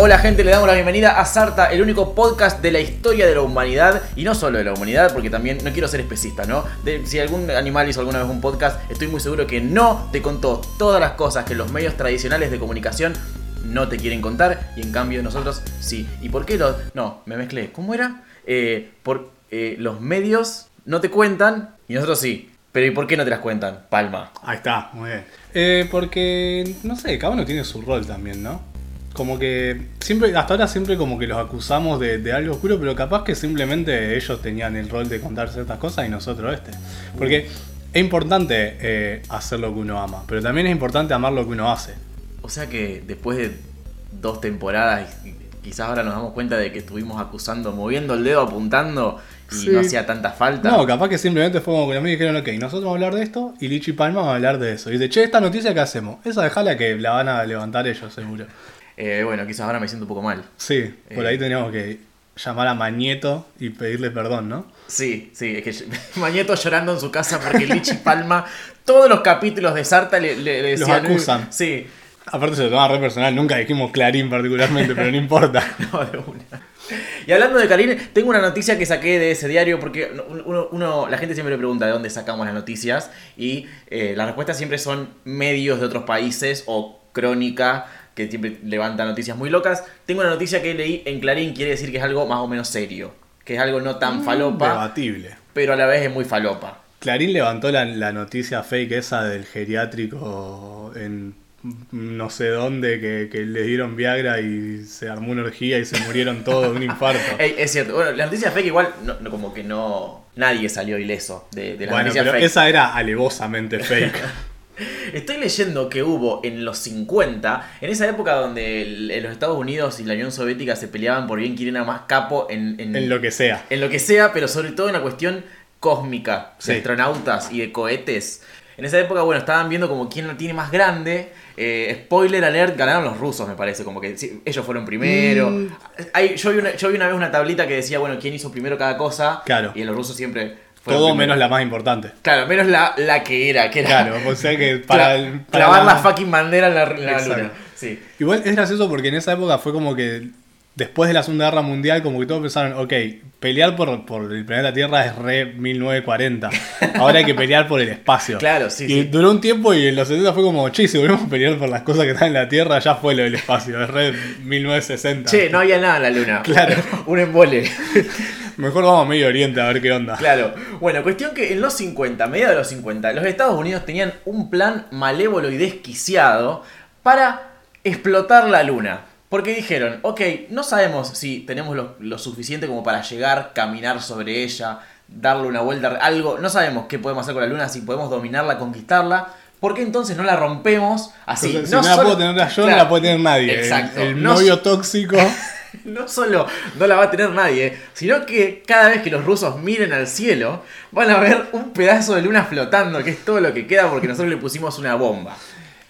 Hola gente, le damos la bienvenida a Sarta, el único podcast de la historia de la humanidad y no solo de la humanidad, porque también no quiero ser especista, ¿no? De- si algún animal hizo alguna vez un podcast, estoy muy seguro que no te contó todas las cosas que los medios tradicionales de comunicación no te quieren contar y en cambio nosotros sí. ¿Y por qué los...? No, me mezclé. ¿Cómo era? Eh, por eh, los medios no te cuentan y nosotros sí. Pero ¿y por qué no te las cuentan? Palma. Ahí está, muy bien. Eh, porque, no sé, cada uno tiene su rol también, ¿no? Como que siempre, hasta ahora siempre como que los acusamos de, de algo oscuro, pero capaz que simplemente ellos tenían el rol de contar ciertas cosas y nosotros este. Porque es importante eh, hacer lo que uno ama, pero también es importante amar lo que uno hace. O sea que después de dos temporadas, y- y quizás ahora nos damos cuenta de que estuvimos acusando, moviendo el dedo, apuntando y Sí. no hacía tanta falta. No, capaz que simplemente fue como que a mí dijeron, ok, nosotros vamos a hablar de esto y Lichi Palma va a hablar de eso. Y dice, che, esta noticia que hacemos, esa dejala que la van a levantar ellos seguro. Eh, bueno, quizás ahora me siento un poco mal. Sí, por Eh. ahí teníamos que llamar a Mañeto y pedirle perdón, ¿no? Sí, sí, es que yo- Mañeto llorando en su casa porque Lichi Palma, todos los capítulos de Sarta le, le, le Los decían- acusan. Sí, Aparte se lo toma re personal, nunca dijimos Clarín particularmente, pero no importa. No, de una. Y hablando de Clarín, tengo una noticia que saqué de ese diario porque uno, uno- la gente siempre me pregunta de dónde sacamos las noticias y eh, las respuestas siempre son medios de otros países o crónica que siempre levanta noticias muy locas. Tengo una noticia que leí en Clarín, quiere decir que es algo más o menos serio, que es algo no Mm, tan falopa, Debatible. pero a la vez es muy falopa. Clarín levantó la, la noticia fake esa del geriátrico en no sé dónde, que, que le dieron Viagra y se armó una orgía y se murieron todos de un infarto. Ey, es cierto, bueno, la noticia fake igual, no, no- como que no... Nadie salió ileso de, de las Bueno, noticias pero fake. esa era alevosamente fake. Estoy leyendo que hubo en los 50, en esa época donde el- en los Estados Unidos y la Unión Soviética se peleaban por bien quién era más capo en, en- en lo que sea. en lo que sea, pero sobre todo en la cuestión cósmica, Sí. de astronautas y de cohetes. En esa época, bueno, estaban viendo como quién lo tiene más grande. Eh, spoiler alert, ganaron los rusos, me parece, como que sí, ellos fueron primero. Mm. Hay- yo, vi una, yo vi una vez una tablita que decía, bueno, quién hizo primero cada cosa. Claro. Y los rusos siempre fueron Todo primero. menos la más importante. Claro, menos la, la que era, que era Claro, o sea que para para... el- para clavar la fucking bandera en la, en la Exacto. luna. Sí. Igual es gracioso porque en esa época fue como que después de la Segunda Guerra Mundial, como que todos pensaron, ok, pelear por, por el planeta Tierra es re 1940. Ahora hay que pelear por el espacio. Claro, sí, Y sí. duró un tiempo y en los 70 fue como, che, si volvemos a pelear por las cosas que están en la Tierra, ya fue lo del espacio, es re 1960. Che, no había nada en la luna. Claro. Un embole. Mejor vamos a Medio Oriente a ver qué onda. Claro. Bueno, cuestión que en los 50, mediados de los 50, los Estados Unidos tenían un plan malévolo y desquiciado para explotar la luna. Porque dijeron, ok, no sabemos si tenemos lo, lo suficiente como para llegar, caminar sobre ella, darle una vuelta, algo. No sabemos qué podemos hacer con la luna, si podemos dominarla, conquistarla. ¿Por qué entonces no la rompemos así? Entonces, si no la solo- puedo tener yo, no Claro. la puede tener nadie. El- Exacto. El, No- novio tóxico. No solo no la va a tener nadie, sino que cada vez que los rusos miren al cielo, van a ver un pedazo de luna flotando, que es todo lo que queda porque nosotros le pusimos una bomba.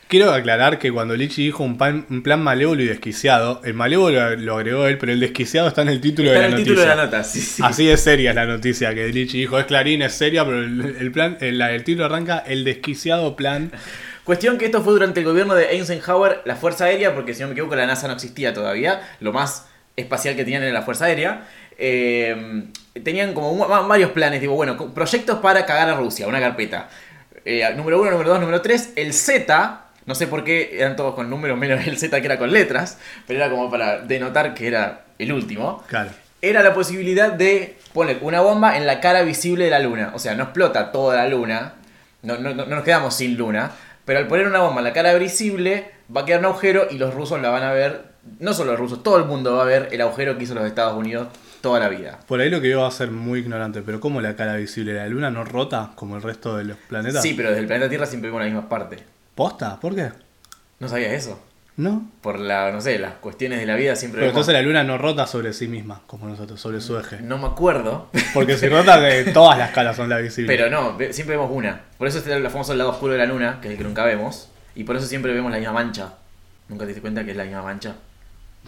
Quiero aclarar que cuando Lichi dijo un, pan- un plan malévolo y desquiciado, el malévolo lo agregó él, pero el desquiciado está en el título, Está de, en la el título de noticia. la nota, sí, sí. Así de seria es la noticia que Lichi dijo. Es clarín, es seria, pero el, el plan, el, el título arranca el desquiciado plan. Cuestión que esto fue durante el gobierno de Eisenhower, la Fuerza Aérea, porque si no me equivoco la NASA no existía todavía, lo más espacial que tenían era la Fuerza Aérea. Eh, tenían como un- va- varios planes, digo, bueno, co- proyectos para cagar a Rusia, una carpeta. Eh, número uno, número dos, número tres, el Z, no sé por qué eran todos con números menos el Z que era con letras, pero era como para denotar que era el último Claro. era la posibilidad de poner una bomba en la cara visible de la luna. O sea, no explota toda la luna, no, no- no- no nos quedamos sin luna, pero al poner una bomba en la cara visible va a quedar un agujero y los rusos la van a ver, no solo los rusos, todo el mundo va a ver el agujero que hizo los Estados Unidos toda la vida. Por ahí lo que yo va a ser muy ignorante, pero ¿cómo la cara visible de la luna no rota como el resto de los planetas? Sí, pero desde el planeta Tierra siempre vemos la misma parte. ¿Posta? ¿Por qué? ¿No sabías eso? No. Por la, no sé, las cuestiones de la vida siempre. Pero vemos- entonces la luna no rota sobre sí misma, como nosotros, sobre su eje. No me acuerdo, Porque si rota, de todas las caras son la visible. pero no, ve- siempre vemos una. Por eso está el famoso lado oscuro de la luna, que es el que nunca vemos. Y por eso siempre vemos la misma mancha. ¿Nunca te diste cuenta que es la misma mancha?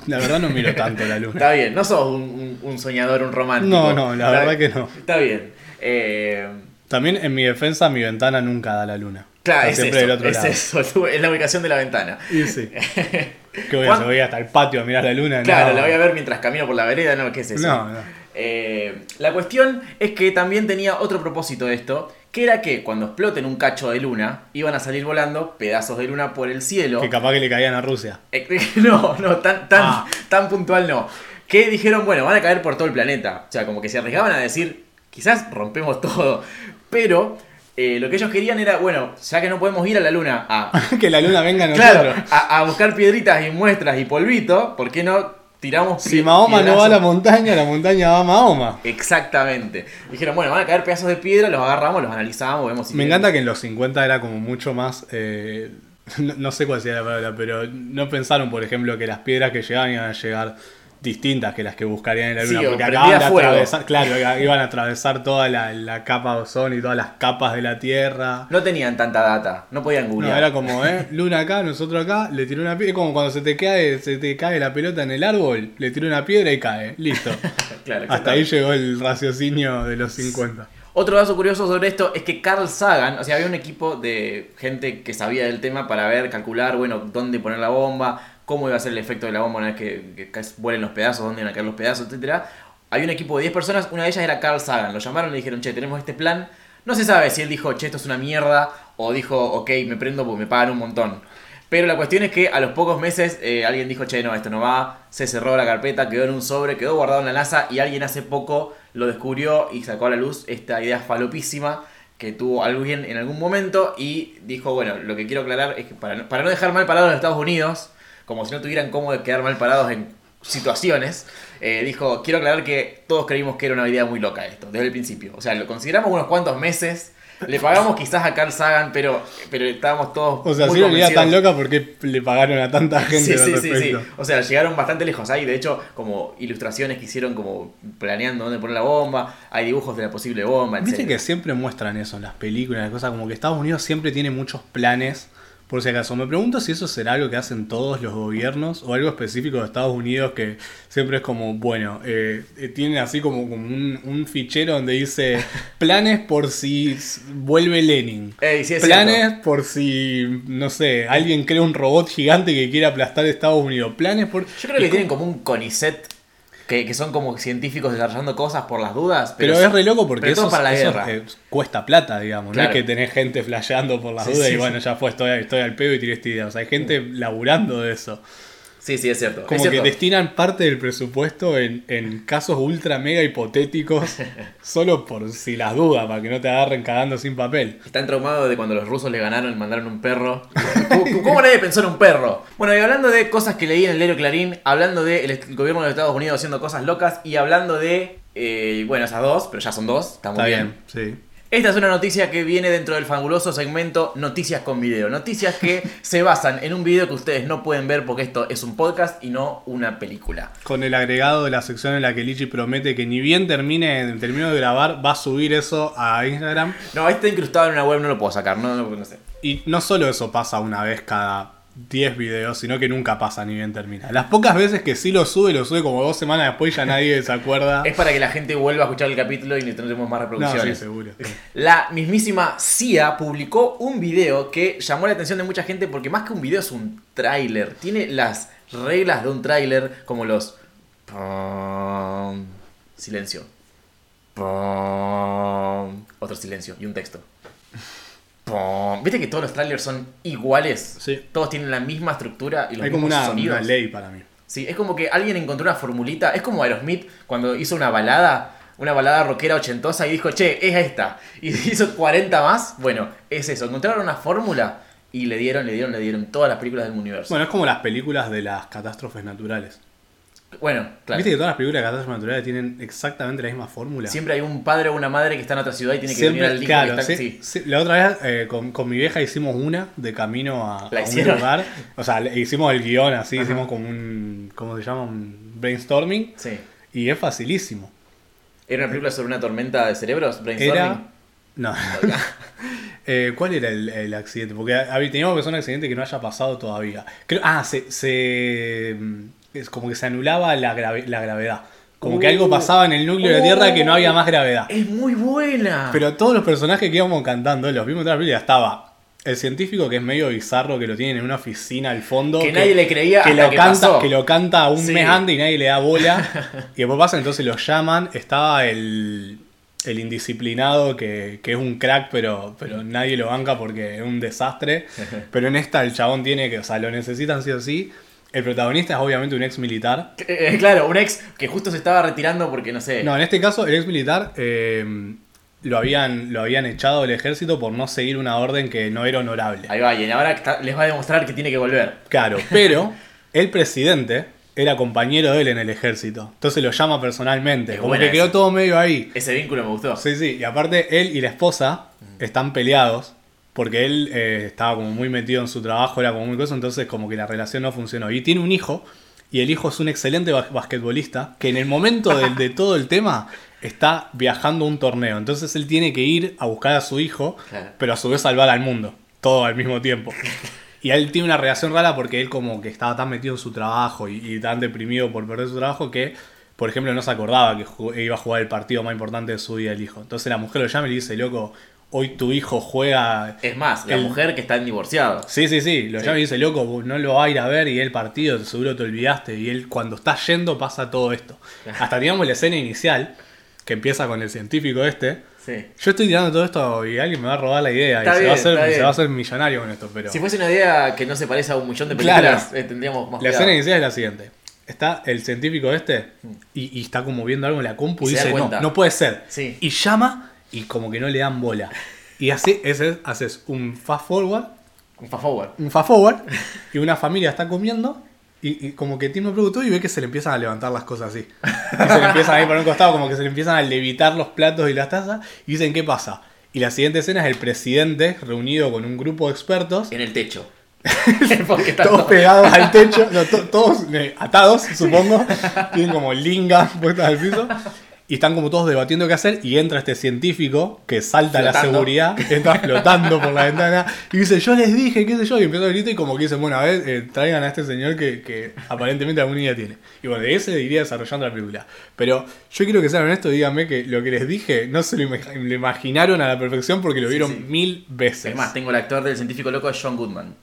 La verdad no miro tanto la luna. Está bien, no sos un, un- un soñador, un romántico. No, no, la Está- verdad que no. Está bien. Eh, También en mi defensa, mi ventana nunca da la luna. claro, Está es siempre eso, del otro es lado. eso, tú- es la ubicación de la ventana. Y sí. ¿Qué voy a hacer? Juan- Voy a ir hasta el patio a mirar la luna. Claro, No. la voy a ver mientras camino por la vereda, no, ¿qué es eso? No, no. Eh, la cuestión es que también tenía otro propósito esto, que era que cuando exploten un cacho de luna, iban a salir volando pedazos de luna por el cielo. Que capaz que le caían a Rusia. Eh, No, no, tan, tan, Ah. tan puntual no. Que dijeron, bueno, van a caer por todo el planeta. O sea, como que se arriesgaban a decir, quizás rompemos todo. Pero eh, lo que ellos querían era, bueno, ya que no podemos ir a la luna a, que la luna venga a nosotros. claro, a, a buscar piedritas y muestras y polvito, ¿por qué no tiramos Si pie- Mahoma no va a la piedrazos? montaña, la montaña va a Mahoma. Exactamente. Dijeron, bueno, van a caer pedazos de piedra, los agarramos, los analizamos, vemos si. Me tienen- encanta que en los 50 era como mucho más. eh, no, no sé cuál sería la palabra, pero no pensaron, por ejemplo, que las piedras que llegaban iban a llegar distintas que las que buscarían en la Sí, luna. o porque prendida acaban de fuego. atravesar, claro, iban a atravesar toda la, la capa de ozono y todas las capas de la Tierra. No tenían tanta data, no podían No, googlear. era como, eh, luna acá, nosotros acá, le tiró una piedra. Es como cuando se te cae, se te cae la pelota en el árbol, le tiró una piedra y cae. Listo. Claro, Hasta ahí exactamente. llegó el raciocinio de los 50. Otro dato curioso sobre esto es que Carl Sagan, o sea, había un equipo de gente que sabía del tema para ver, calcular, bueno, dónde poner la bomba, cómo iba a ser el efecto de la bomba una vez que, que ca- vuelen los pedazos, dónde iban a caer los pedazos, etcétera. Había un equipo de 10 personas, una de ellas era Carl Sagan. Lo llamaron y le dijeron, che, tenemos este plan. No se sabe si él dijo, che, esto es una mierda, o dijo, ok, me prendo porque me pagan un montón. Pero la cuestión es que a los pocos meses eh, alguien dijo, che, no, esto no va, se cerró la carpeta, quedó en un sobre, quedó guardado en la NASA y alguien hace poco lo descubrió y sacó a la luz esta idea falopísima que tuvo alguien en algún momento y dijo, bueno, lo que quiero aclarar es que para no, para no dejar mal parados a los Estados Unidos, como si no tuvieran cómo quedar mal parados en situaciones, eh, dijo, quiero aclarar que todos creímos que era una idea muy loca esto, desde el principio. O sea, lo consideramos unos cuantos meses, le pagamos quizás a Carl Sagan, pero, pero estábamos todos... O sea, muy si era una idea convencidos. tan loca, ¿por qué le pagaron a tanta gente Sí, al sí, sí, sí. respecto? O sea, llegaron bastante lejos. Hay, de hecho, como ilustraciones que hicieron como planeando dónde poner la bomba. Hay dibujos de la posible bomba, Viste etc. que siempre muestran eso en las películas, las cosas como que Estados Unidos siempre tiene muchos planes, por si acaso. Me pregunto si eso será algo que hacen todos los gobiernos o algo específico de Estados Unidos que siempre es como, bueno, eh, eh, tienen así como, como un, un fichero donde dice planes por si s- vuelve Lenin. Ey, sí, es planes cierto. por si, no sé, alguien crea un robot gigante que quiere aplastar Estados Unidos. Planes por... Yo creo que tienen como un CONICET. Que, que son como científicos desarrollando cosas por las dudas. Pero, Pero es re loco porque pero todo eso, para la eso, guerra. eh, cuesta plata, digamos. Claro. No es que tenés gente flasheando por las Sí, dudas sí, y bueno, sí. ya fue, estoy, estoy al pedo y tiré esta idea. O sea, hay gente laburando de eso. Sí, sí, es cierto. Como es que cierto. destinan parte del presupuesto en, en casos ultra mega hipotéticos solo por si las dudas, para que no te agarren cagando sin papel. Están traumados de cuando los rusos le ganaron y mandaron un perro. ¿Cómo, cómo nadie pensó en un perro? Bueno, y hablando de cosas que leí en el Lero Clarín, hablando del gobierno de los Estados Unidos haciendo cosas locas y hablando de. eh, bueno, esas dos, pero ya son dos, está muy Está bien. bien, sí. Esta es una noticia que viene dentro del fanguloso segmento Noticias con Video. Noticias que se basan en un video que ustedes no pueden ver porque esto es un podcast y no una película. Con el agregado de la sección en la que Lichi promete que ni bien termine, termino de grabar, va a subir eso a Instagram. No, este incrustado en una web no lo puedo sacar, no, no, no sé. Y no solo eso pasa una vez cada 10 videos, sino que nunca pasa ni bien termina. Las pocas veces que sí lo sube, lo sube como dos semanas después y ya nadie se acuerda. Es para que la gente vuelva a escuchar el capítulo y no tendremos más No, sí, reproducciones. seguro. La mismísima CIA publicó un video que llamó la atención de mucha gente porque más que un video es un tráiler. Tiene las reglas de un tráiler como los... pam, Silencio. pam, Otro silencio y un texto. pam. ¿Viste que todos los trailers son iguales? Sí. Todos tienen la misma estructura y los Hay como mismos una, sonidos. una ley para mí. Sí, es como que alguien encontró una formulita. Es como Aerosmith cuando hizo una balada, una balada rockera ochentosa y dijo, che, es esta. Y hizo 40 más. Bueno, es eso. Encontraron una fórmula y le dieron, le dieron, le dieron todas las películas del universo. Bueno, es como las películas de las catástrofes naturales. Bueno, claro. Viste que todas las películas de catástrofes naturales tienen exactamente la misma fórmula. Siempre hay un padre o una madre que está en otra ciudad y tiene que venir al disco claro, que está- sí, sí. sí. La otra vez eh, con, con mi vieja hicimos una de camino a, ¿La a un hicieron? lugar. O sea, le- hicimos el guión así, Ajá. hicimos como un, ¿cómo se llama? Un brainstorming. Sí. Y es facilísimo. ¿Era una película sobre una tormenta de cerebros? Brainstorming. Era... No. Eh, ¿Cuál era el, el accidente? Porque a ver, teníamos que ser un accidente que no haya pasado todavía. Creo, ah, se, se- mm, es como que se anulaba la, grave- la gravedad. Como que algo Uh. pasaba en el núcleo de la Tierra que no había más gravedad. Es muy buena. Pero todos los personajes que íbamos cantando, los vimos en toda la película, estaba el científico que es medio bizarro, que lo tienen en una oficina al fondo. Que nadie le creía que hasta lo que canta, pasó. que lo canta un Sí. mes antes y nadie le da bola. y después pasa, entonces lo llaman. Estaba el, el indisciplinado que, que es un crack, pero, pero nadie lo banca porque es un desastre. pero en esta el chabón tiene que, o sea, lo necesitan sí o sí. El protagonista es obviamente un ex militar. Eh, eh, claro, un ex que justo se estaba retirando porque no sé. No, en este caso, el ex militar eh, lo, habían, lo habían echado del ejército por no seguir una orden que no era honorable. Ahí va, y ahora está- les va a demostrar que tiene que volver. Claro, pero el presidente era compañero de él en el ejército. Entonces lo llama personalmente. Es como buena que quedó esa. todo medio ahí. Ese vínculo me gustó. Mm. Sí, sí. Y aparte, él y la esposa están peleados. Porque él eh, estaba como muy metido en su trabajo, era como muy cosa, entonces como que la relación no funcionó. Y tiene un hijo, y el hijo es un excelente bas- basquetbolista, que en el momento del- de, todo el tema está viajando a un torneo. Entonces él tiene que ir a buscar a su hijo, Claro. pero a su vez salvar al mundo, todo al mismo tiempo. Y él tiene una reacción rara porque él como que estaba tan metido en su trabajo y, y tan deprimido por perder su trabajo que, por ejemplo, no se acordaba que ju- iba a jugar el partido más importante de su vida el hijo. Entonces la mujer lo llama y le dice, loco, hoy tu hijo juega... Es más, la El- mujer que están divorciados. Sí, sí, sí, lo llama y dice, loco, vos no lo va a ir a ver y el partido seguro te olvidaste y él cuando está yendo pasa todo esto. Hasta digamos la escena inicial que empieza con el científico este. Sí. Yo estoy tirando todo esto y alguien me va a robar la idea Está y se, va a bien, está hacer, se bien. va a hacer millonario con esto, pero... Si fuese una idea que no se parece a un millón de películas, eh, tendríamos más La cuidado. escena inicial es la siguiente. Está el científico este y, y está como viendo algo en la compu y, Y Mm. se da dice, no, cuenta". no puede ser. Sí. Y llama y como que no le dan bola. Y así ese- haces un fast forward, Un fast forward. un fast forward y una familia está comiendo y, y como que tiene un producto y ve que se le empiezan a levantar las cosas así. Y se le empiezan a ir por un costado, como que se le empiezan a levitar los platos y las tazas y dicen, ¿qué pasa? Y la siguiente escena es el presidente reunido con un grupo de expertos En el techo. Porque está todos todo- pegados al techo, no, to- todos eh, atados, supongo. Tienen como lingas puestas al piso. Y están como todos debatiendo qué hacer. Y entra este científico que salta a la Flotando. seguridad, entra flotando por la ventana. Y dice: Yo les dije, qué sé yo. Y empieza a gritar. Y como que dicen: Bueno, a ver, eh, traigan a este señor que, que aparentemente alguna idea tiene. Y bueno, de ese iría desarrollando la película. Pero yo quiero que sean honestos. Díganme que lo que les dije no se lo, ima- lo imaginaron a la perfección porque lo Sí, vieron sí. mil veces. Es más, tengo el actor del científico loco, John Goodman.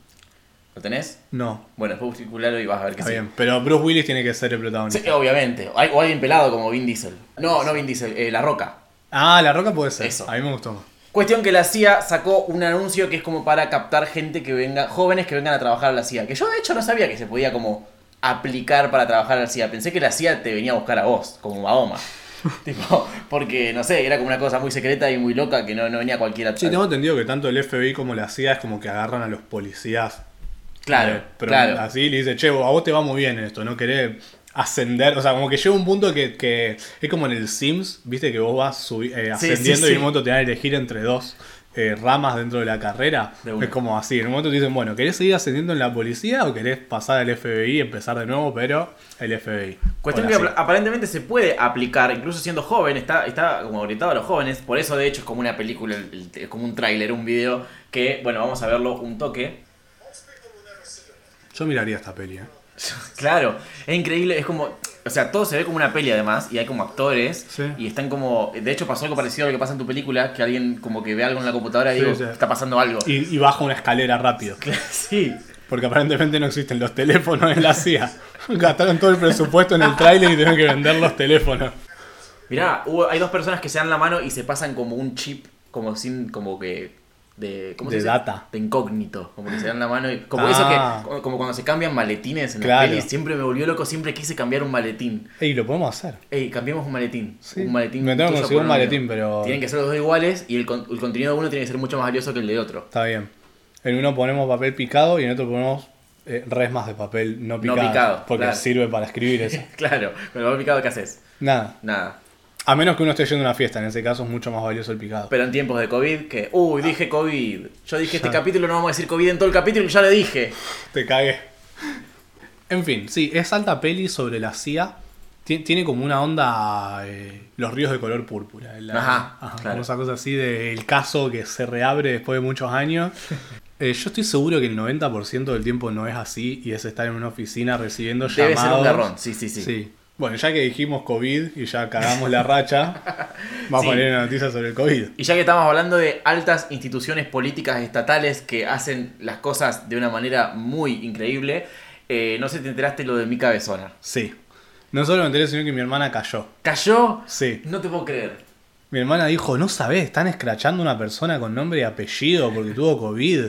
¿Lo tenés? No. Bueno, después buscarlo y vas a ver que Está sí. bien, pero Bruce Willis tiene que ser el protagonista. Sí, obviamente. O hay- o alguien pelado como Vin Diesel. No, no Vin Diesel, eh, La Roca. Ah, la roca puede ser. Eso. A mí me gustó más. Cuestión que la CIA sacó un anuncio que es como para captar gente que venga, jóvenes que vengan a trabajar a la CIA. Que yo de hecho no sabía que se podía como aplicar para trabajar a la CIA. Pensé que la CIA te venía a buscar a vos, como Mahoma. tipo, porque no sé, era como una cosa muy secreta y muy loca que no, no venía cualquiera. Sí, tengo entendido que tanto el FBI como la CIA es como que agarran a los policías. Claro, eh, pero claro. así le dice, che, vos- a vos te va muy bien esto, no querés ascender. O sea, como que llega un punto que, que es como en el Sims, viste, que vos vas subi- eh, Sí, sí, ascendiendo y sí. en un momento te van a elegir entre dos eh, ramas dentro de la carrera. De una. es como así, en un momento te dicen, bueno, ¿querés seguir ascendiendo en la policía o querés pasar al FBI y empezar de nuevo, pero el FBI? Cuestión Bueno, que apl- así. aparentemente se puede aplicar, incluso siendo joven, está, está como orientado a los jóvenes, por eso de hecho es como una película, el- el- es como un tráiler, un video, que bueno, vamos a verlo un toque. Yo miraría esta peli, eh. Claro, es increíble, es como, o sea, todo se ve como una peli además, y hay como actores, Sí. y están como, de hecho pasó algo parecido a lo que pasa en tu película, que alguien como que ve algo en la computadora y Sí, digo, sí. está pasando algo. Y, y baja una escalera rápido. Sí, Porque aparentemente no existen los teléfonos en la CIA. Gastaron todo el presupuesto en el tráiler y tienen que vender los teléfonos. mirá, hubo- hay dos personas que se dan la mano y se pasan como un chip, como sin, como que... De, ¿cómo De se dice? data. De incógnito. Como que se dan la mano y. Como Ah. eso que. Como cuando se cambian maletines en Claro. las pelis. Siempre me volvió loco, siempre quise cambiar un maletín. Ey, lo podemos hacer. Ey, cambiamos un maletín. Sí. Un maletín. Me tengo que tuyo conseguir por un uno mío. maletín, pero- Tienen que ser los dos iguales y el, con- el contenido de uno tiene que ser mucho más valioso que el de otro. Está bien. En uno ponemos papel picado y en otro ponemos eh, resmas de papel no picado. picado, porque claro. sirve para escribir eso. Claro, con el papel picado, ¿qué haces? Nada. Nada. A menos que uno esté yendo a una fiesta, en ese caso es mucho más valioso el picado. Pero en tiempos de COVID, que. Uy, dije COVID. Yo dije este capítulo, no vamos a decir COVID en todo el capítulo, y ya lo dije. Te cagué. En fin, sí, es alta peli sobre la CIA. Ti- Tiene como una onda eh, los ríos de color púrpura. la- Ajá, claro. como esa cosa así del caso que se reabre después de muchos años. Eh, yo estoy seguro que el 90% del tiempo no es así y es estar en una oficina recibiendo Debe ser un llamados. garrón, sí, sí, sí. Bueno, ya que dijimos COVID y ya cagamos la racha, vamos Sí. a poner una noticia sobre el COVID. Y ya que estamos hablando de altas instituciones políticas estatales que hacen las cosas de una manera muy increíble, eh, no sé si te enteraste lo de mi cabezona. Sí. No solo me enteré, sino que mi hermana cayó. ¿Cayó? Sí. No te puedo creer. Mi hermana dijo, no sabés, están escrachando a una persona con nombre y apellido porque tuvo COVID.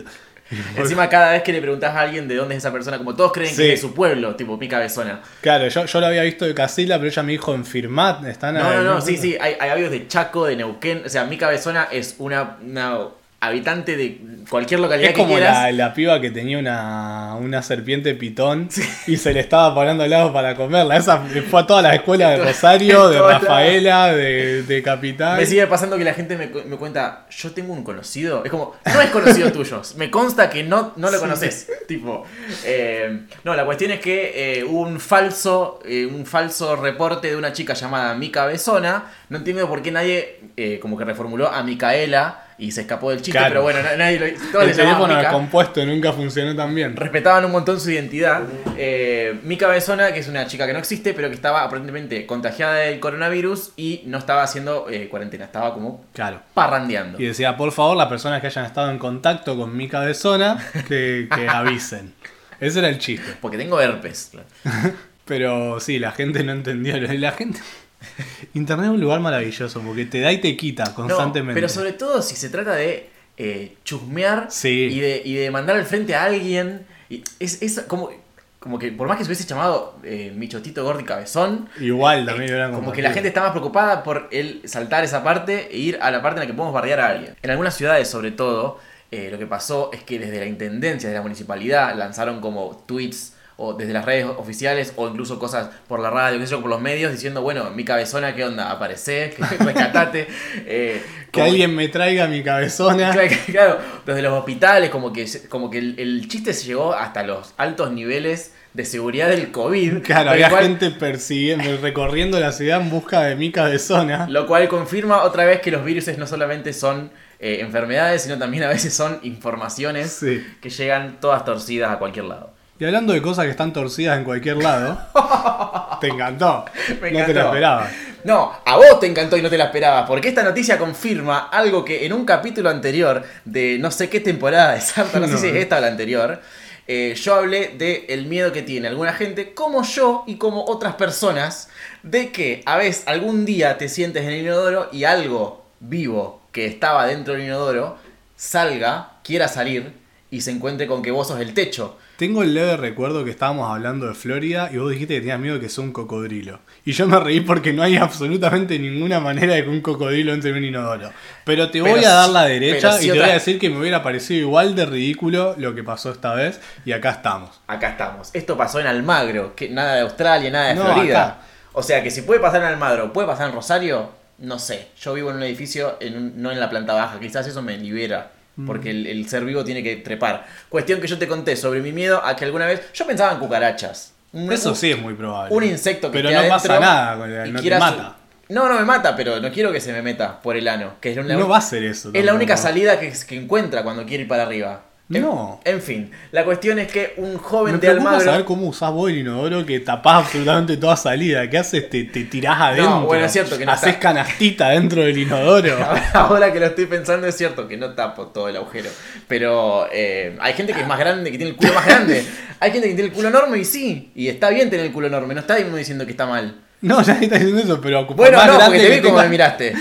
Encima cada vez que le preguntas a alguien de dónde es esa persona, como todos creen Sí. que es de su pueblo, tipo mi cabezona. Claro, yo, yo lo había visto de Casilla, pero ella me dijo, en Firmat están... No, no, no, además". sí, sí, hay, hay audios de Chaco, de Neuquén, o sea, mi cabezona es una, una habitante de cualquier localidad Es como que quieras. la, la piba que tenía una, una serpiente pitón y se le estaba parando al lado para comerla. Esa fue a todas las escuelas de Rosario, en de todos lados. Rafaela, de, de Capital. Me sigue pasando que la gente me, cu- me cuenta, yo tengo un conocido. Es como, no es conocido tuyo. Me consta que no, no lo conoces. Tipo, eh, no, la cuestión es que eh, hubo un falso, eh, un falso reporte de una chica llamada Mi Cabezona. No entiendo por qué nadie, eh, como que reformuló a Micaela y se escapó del chiste, Claro. pero bueno, na- nadie lo todos le llamaban El teléfono Mica. descompuesto nunca funcionó tan bien. Respetaban un montón su identidad. Eh, Mi Cabezona, que es una chica que no existe, pero que estaba aparentemente contagiada del coronavirus y no estaba haciendo eh, cuarentena, estaba como Claro. parrandeando. Y decía, por favor, las personas que hayan estado en contacto con mi cabezona, que, que avisen. Ese era el chiste. Porque tengo herpes. Pero sí, la gente no entendió. La gente... Internet es un lugar maravilloso porque te da y te quita No, constantemente. pero sobre todo si se trata de eh, chusmear Sí. y, de, y de mandar al frente a alguien. Y es, es como, como que por más que se hubiese llamado eh, Michotito Gordi Cabezón, Igual también eh, era como que la gente está más preocupada por el saltar esa parte e ir a la parte en la que podemos bardear a alguien. En algunas ciudades, sobre todo, eh, lo que pasó es que desde la intendencia, desde la municipalidad, lanzaron como tweets o desde las redes oficiales o incluso cosas por la radio, qué sé yo, por los medios, diciendo, bueno, mi cabezona, ¿qué onda? Aparecé, rescatate. eh, Que como- alguien me traiga mi cabezona. Claro, claro, desde los hospitales, como que, se- como que el, el chiste se llegó hasta los altos niveles de seguridad del COVID. Claro, lo había cual- gente persiguiendo, recorriendo la ciudad en busca de mi cabezona. Lo cual confirma otra vez que los virus no solamente son eh, enfermedades, sino también a veces son informaciones Sí. que llegan todas torcidas a cualquier lado. Y hablando de cosas que están torcidas en cualquier lado, te encantó. Me No encantó. te lo esperaba. No, a vos te encantó y no te la esperabas, porque esta noticia confirma algo que en un capítulo anterior de no sé qué temporada exacta, no, sé No. si es esta o la anterior, eh, yo hablé de el miedo que tiene alguna gente, como yo y como otras personas, de que a veces algún día te sientes en el inodoro y algo vivo que estaba dentro del inodoro salga, quiera salir y se encuentre con que vos sos el techo. Tengo el leve recuerdo que estábamos hablando de Florida y vos dijiste que tenías miedo de que sea un cocodrilo. Y yo me reí porque no hay absolutamente ninguna manera de que un cocodrilo entre en un inodoro. Pero te Pero voy a dar sí- la pero derecha sí y te otra- voy a decir que me hubiera parecido igual de ridículo lo que pasó esta vez y acá estamos. Acá estamos. Esto pasó en Almagro, que nada de Australia, nada de No, Florida. acá. O sea que si puede pasar en Almagro, puede pasar en Rosario, no sé. Yo vivo en un edificio, en un- no en la planta baja. Quizás eso me libera. Mm. Porque el, el ser vivo tiene que trepar. Cuestión que yo te conté sobre mi miedo a que alguna vez. Yo pensaba en cucarachas. Un- Eso sí es muy probable. Un insecto que Pero esté no adentro pasa nada, con la- y no te quiera- mata. No, no me mata, pero no quiero que se me meta por el ano. Que es la- No va a ser eso. es la tampoco. única salida que, que encuentra cuando quiere ir para arriba. En- No. En, fin, la cuestión es que un joven Me de preocupa Almagro. saber cómo usás vos el inodoro que tapás absolutamente toda salida. ¿Qué haces? Te, te tirás adentro. bueno, es cierto que no Haces está. canastita dentro del inodoro. Ahora que lo estoy pensando, es cierto que no tapo todo el agujero. Pero eh, hay gente que es más grande, que tiene el culo más grande. Hay gente que tiene el culo enorme y sí. Y está bien tener el culo enorme. No está diciendo que está mal. No, nadie está diciendo eso, pero por Bueno, más no, porque grande te que vi como tenga- me miraste.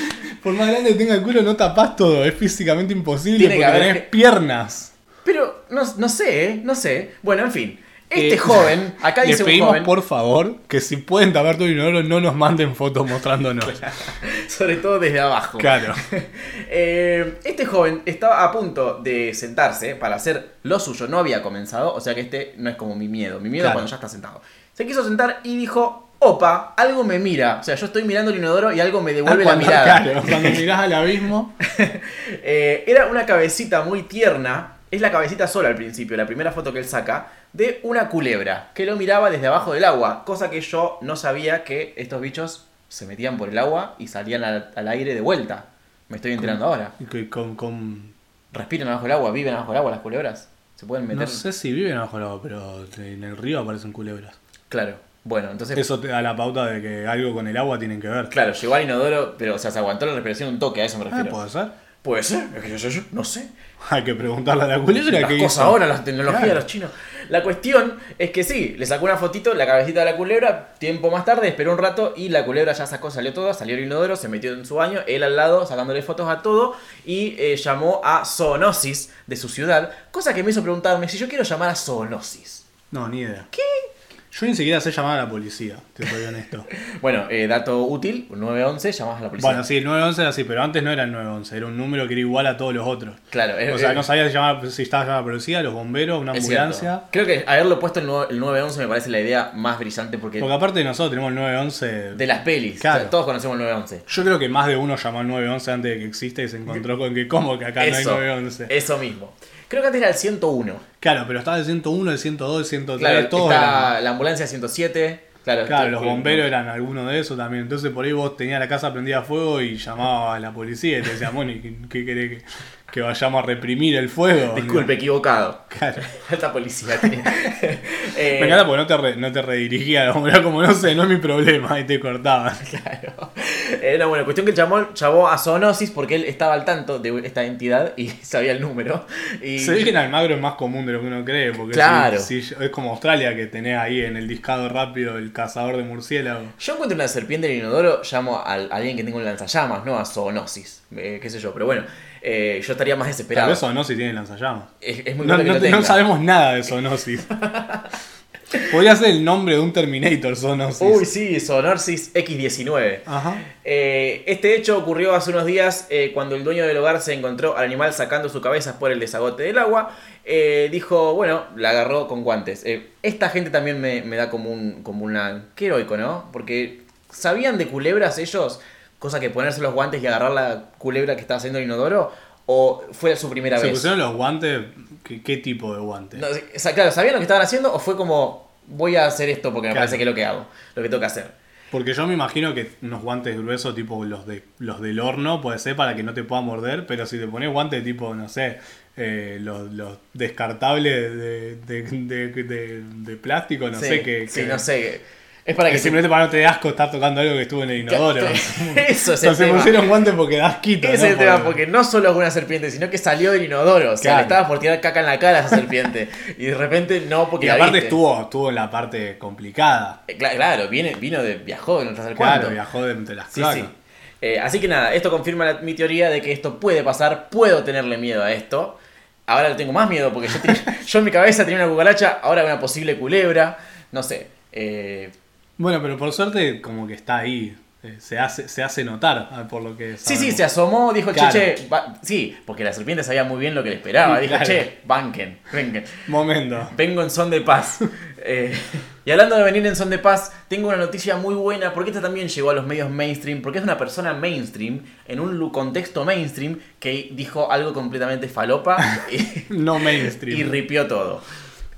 Por más grande que tenga el culo, no tapás todo. Es físicamente imposible Tiene que porque haber tenés que- piernas. Pero no, no sé, ¿eh? no sé. Bueno, en fin. Este Eh, joven, acá Les dice un pedimos joven, por favor que si pueden tapar todo inodoro no nos manden fotos mostrándonos. sobre todo desde abajo. Claro. Eh, este joven estaba a punto de sentarse para hacer lo suyo. No había comenzado, o sea que este no es como mi miedo. Mi miedo Claro. es cuando ya está sentado. Se quiso sentar y dijo, opa, algo me mira. O sea, yo estoy mirando el inodoro y algo me devuelve la Ah, Cuando- mirada. Claro, cuando mirás al abismo. Eh, era una cabecita muy tierna. Es la cabecita sola al principio, la primera foto que él saca, de una culebra que lo miraba desde abajo del agua, cosa que yo no sabía que estos bichos se metían por el agua y salían al, al aire de vuelta. Me estoy enterando ahora. y que Con, con- ¿Respiran abajo del agua? ¿Viven abajo del agua las culebras? ¿Se pueden meter? no sé si viven abajo del agua, pero en el río aparecen culebras. Claro. Bueno, entonces. Eso te da la pauta de que algo con el agua tienen que ver. Claro, llegó al inodoro, pero o sea, se aguantó la respiración un toque, a eso me Ah, refiero. puede ser. Puede ser, es que yo, yo- yo no sé. Hay que preguntarle a la culebra Las qué cosas hizo. ahora, las tecnologías de Claro. los chinos. La cuestión es que sí, le sacó una fotito, la cabecita de la culebra, tiempo más tarde, esperó un rato y la culebra ya sacó, salió toda, salió el inodoro, se metió en su baño, él al lado, sacándole fotos a todo y eh, llamó a Zoonosis de su ciudad, cosa que me hizo preguntarme si yo quiero llamar a Zoonosis. No, ni idea. ¿Qué? Yo ni siquiera sé llamar a la policía, te soy honesto. Bueno, eh, dato útil, 911, llamás a la policía. bueno, sí, el 911 era así, pero antes no era el 911, era un número que era igual a todos los otros. Claro, es- O sea, es- no sabías si, llamaba- si estaba llamando a la policía, los bomberos, una Es ambulancia. cierto. Creo que haberlo puesto el nueve- el 911 me parece la idea más brillante porque Porque aparte nosotros tenemos el 911. de las pelis, Claro. o sea, todos conocemos el 911. Yo creo que más de uno llamó al 911 antes de que exista y se encontró con que, ¿cómo que acá eso, no hay 911? eso mismo. Creo que antes era el 101. Claro, pero estaba el 101, el 102, el 103, Claro, todos está eran- la ambulancia 107. Claro, este, Claro, está- los bomberos eran algunos de esos también. Entonces por ahí vos tenías la casa prendida a fuego y llamabas a la policía y te decían, bueno, ¿y ¿qué, qué querés que, que vayamos a reprimir el fuego? Disculpe, equivocado. Claro. Alta policía. tiene. Eh, Me encanta porque no te, re- no te redirigía, como, era como no sé, no es mi problema, y te cortaban. Eh, no, bueno, cuestión que el llamó, llamó a Zoonosis porque él estaba al tanto de esta entidad y sabía el número. Y Se ve que en Almagro es más común de lo que uno cree, porque Claro. si- si- es como Australia que tenés ahí en el discado rápido el cazador de murciélago. Yo encuentro una serpiente en el inodoro, llamo al- a alguien que tenga un lanzallamas, no a zoonosis, eh, qué sé yo, pero bueno, eh, yo estaría más Pero desesperado. eso no si tiene lanzallamas. es, es muy No, probable que no lo te- no tenga. sabemos nada de Zoonosis. Podría ser el nombre de un Terminator Zoonosis. Uy, sí, zoonosis X19. Ajá. Eh, este hecho ocurrió hace unos días eh, cuando el dueño del hogar se encontró al animal sacando su cabeza por el desagote del agua. Eh, dijo, bueno, la agarró con guantes. Eh, esta gente también me, me da como un como una... Qué heroico, ¿no? Porque sabían de culebras ellos, cosa que ponerse los guantes y agarrar la culebra que estaba haciendo el inodoro, o fue su primera ¿Se vez. pusieron los guantes? ¿Qué, qué tipo de guantes? No, o sea, claro, ¿sabían lo que estaban haciendo o fue como, voy a hacer esto porque me Claro. parece que es lo que hago, lo que tengo que hacer? Porque yo me imagino que unos guantes gruesos, tipo los de los del horno, puede ser para que no te pueda morder, pero si te pones guantes tipo, no sé, eh, los, los descartables de, de, de- de- de plástico, no Sí, sé qué. sí, que- no sé. Es que para que... se- simplemente para no te dé asco estar tocando algo que estuvo en el inodoro. Eso es el Entonces se tema. pusieron guantes porque das quito. Ese es el tema, porque no solo es una serpiente, sino que salió del inodoro. O sea, le Claro. estaba por tirar caca en la cara a esa serpiente. y de repente no, porque Y la aparte viste. estuvo, estuvo en la parte complicada. Eh, cla- Claro, viene, vino de. viajó, no estás al cuento. Claro, viajó de entre las Sí, cloacas. sí. Eh, así que nada, esto confirma la- mi teoría de que esto puede pasar, puedo tenerle miedo a esto. Ahora le tengo más miedo porque yo, tenía- yo en mi cabeza tenía una cucaracha, ahora una posible culebra. No sé. eh, Bueno, pero por suerte como que está ahí. eh, Se hace, se hace notar ah, por lo que Sí, sí, sabemos. se asomó, dijo, Claro. che, che, va- sí, porque la serpiente sabía muy bien lo que le esperaba. Dijo, Claro. che, banquen, vengan. Momento. Vengo en son de paz. Eh, y hablando de venir en son de paz, tengo una noticia muy buena, porque esta también llegó a los medios mainstream, porque es una persona mainstream, en un lu- contexto mainstream, que dijo algo completamente falopa y, No y mainstream. ripió todo.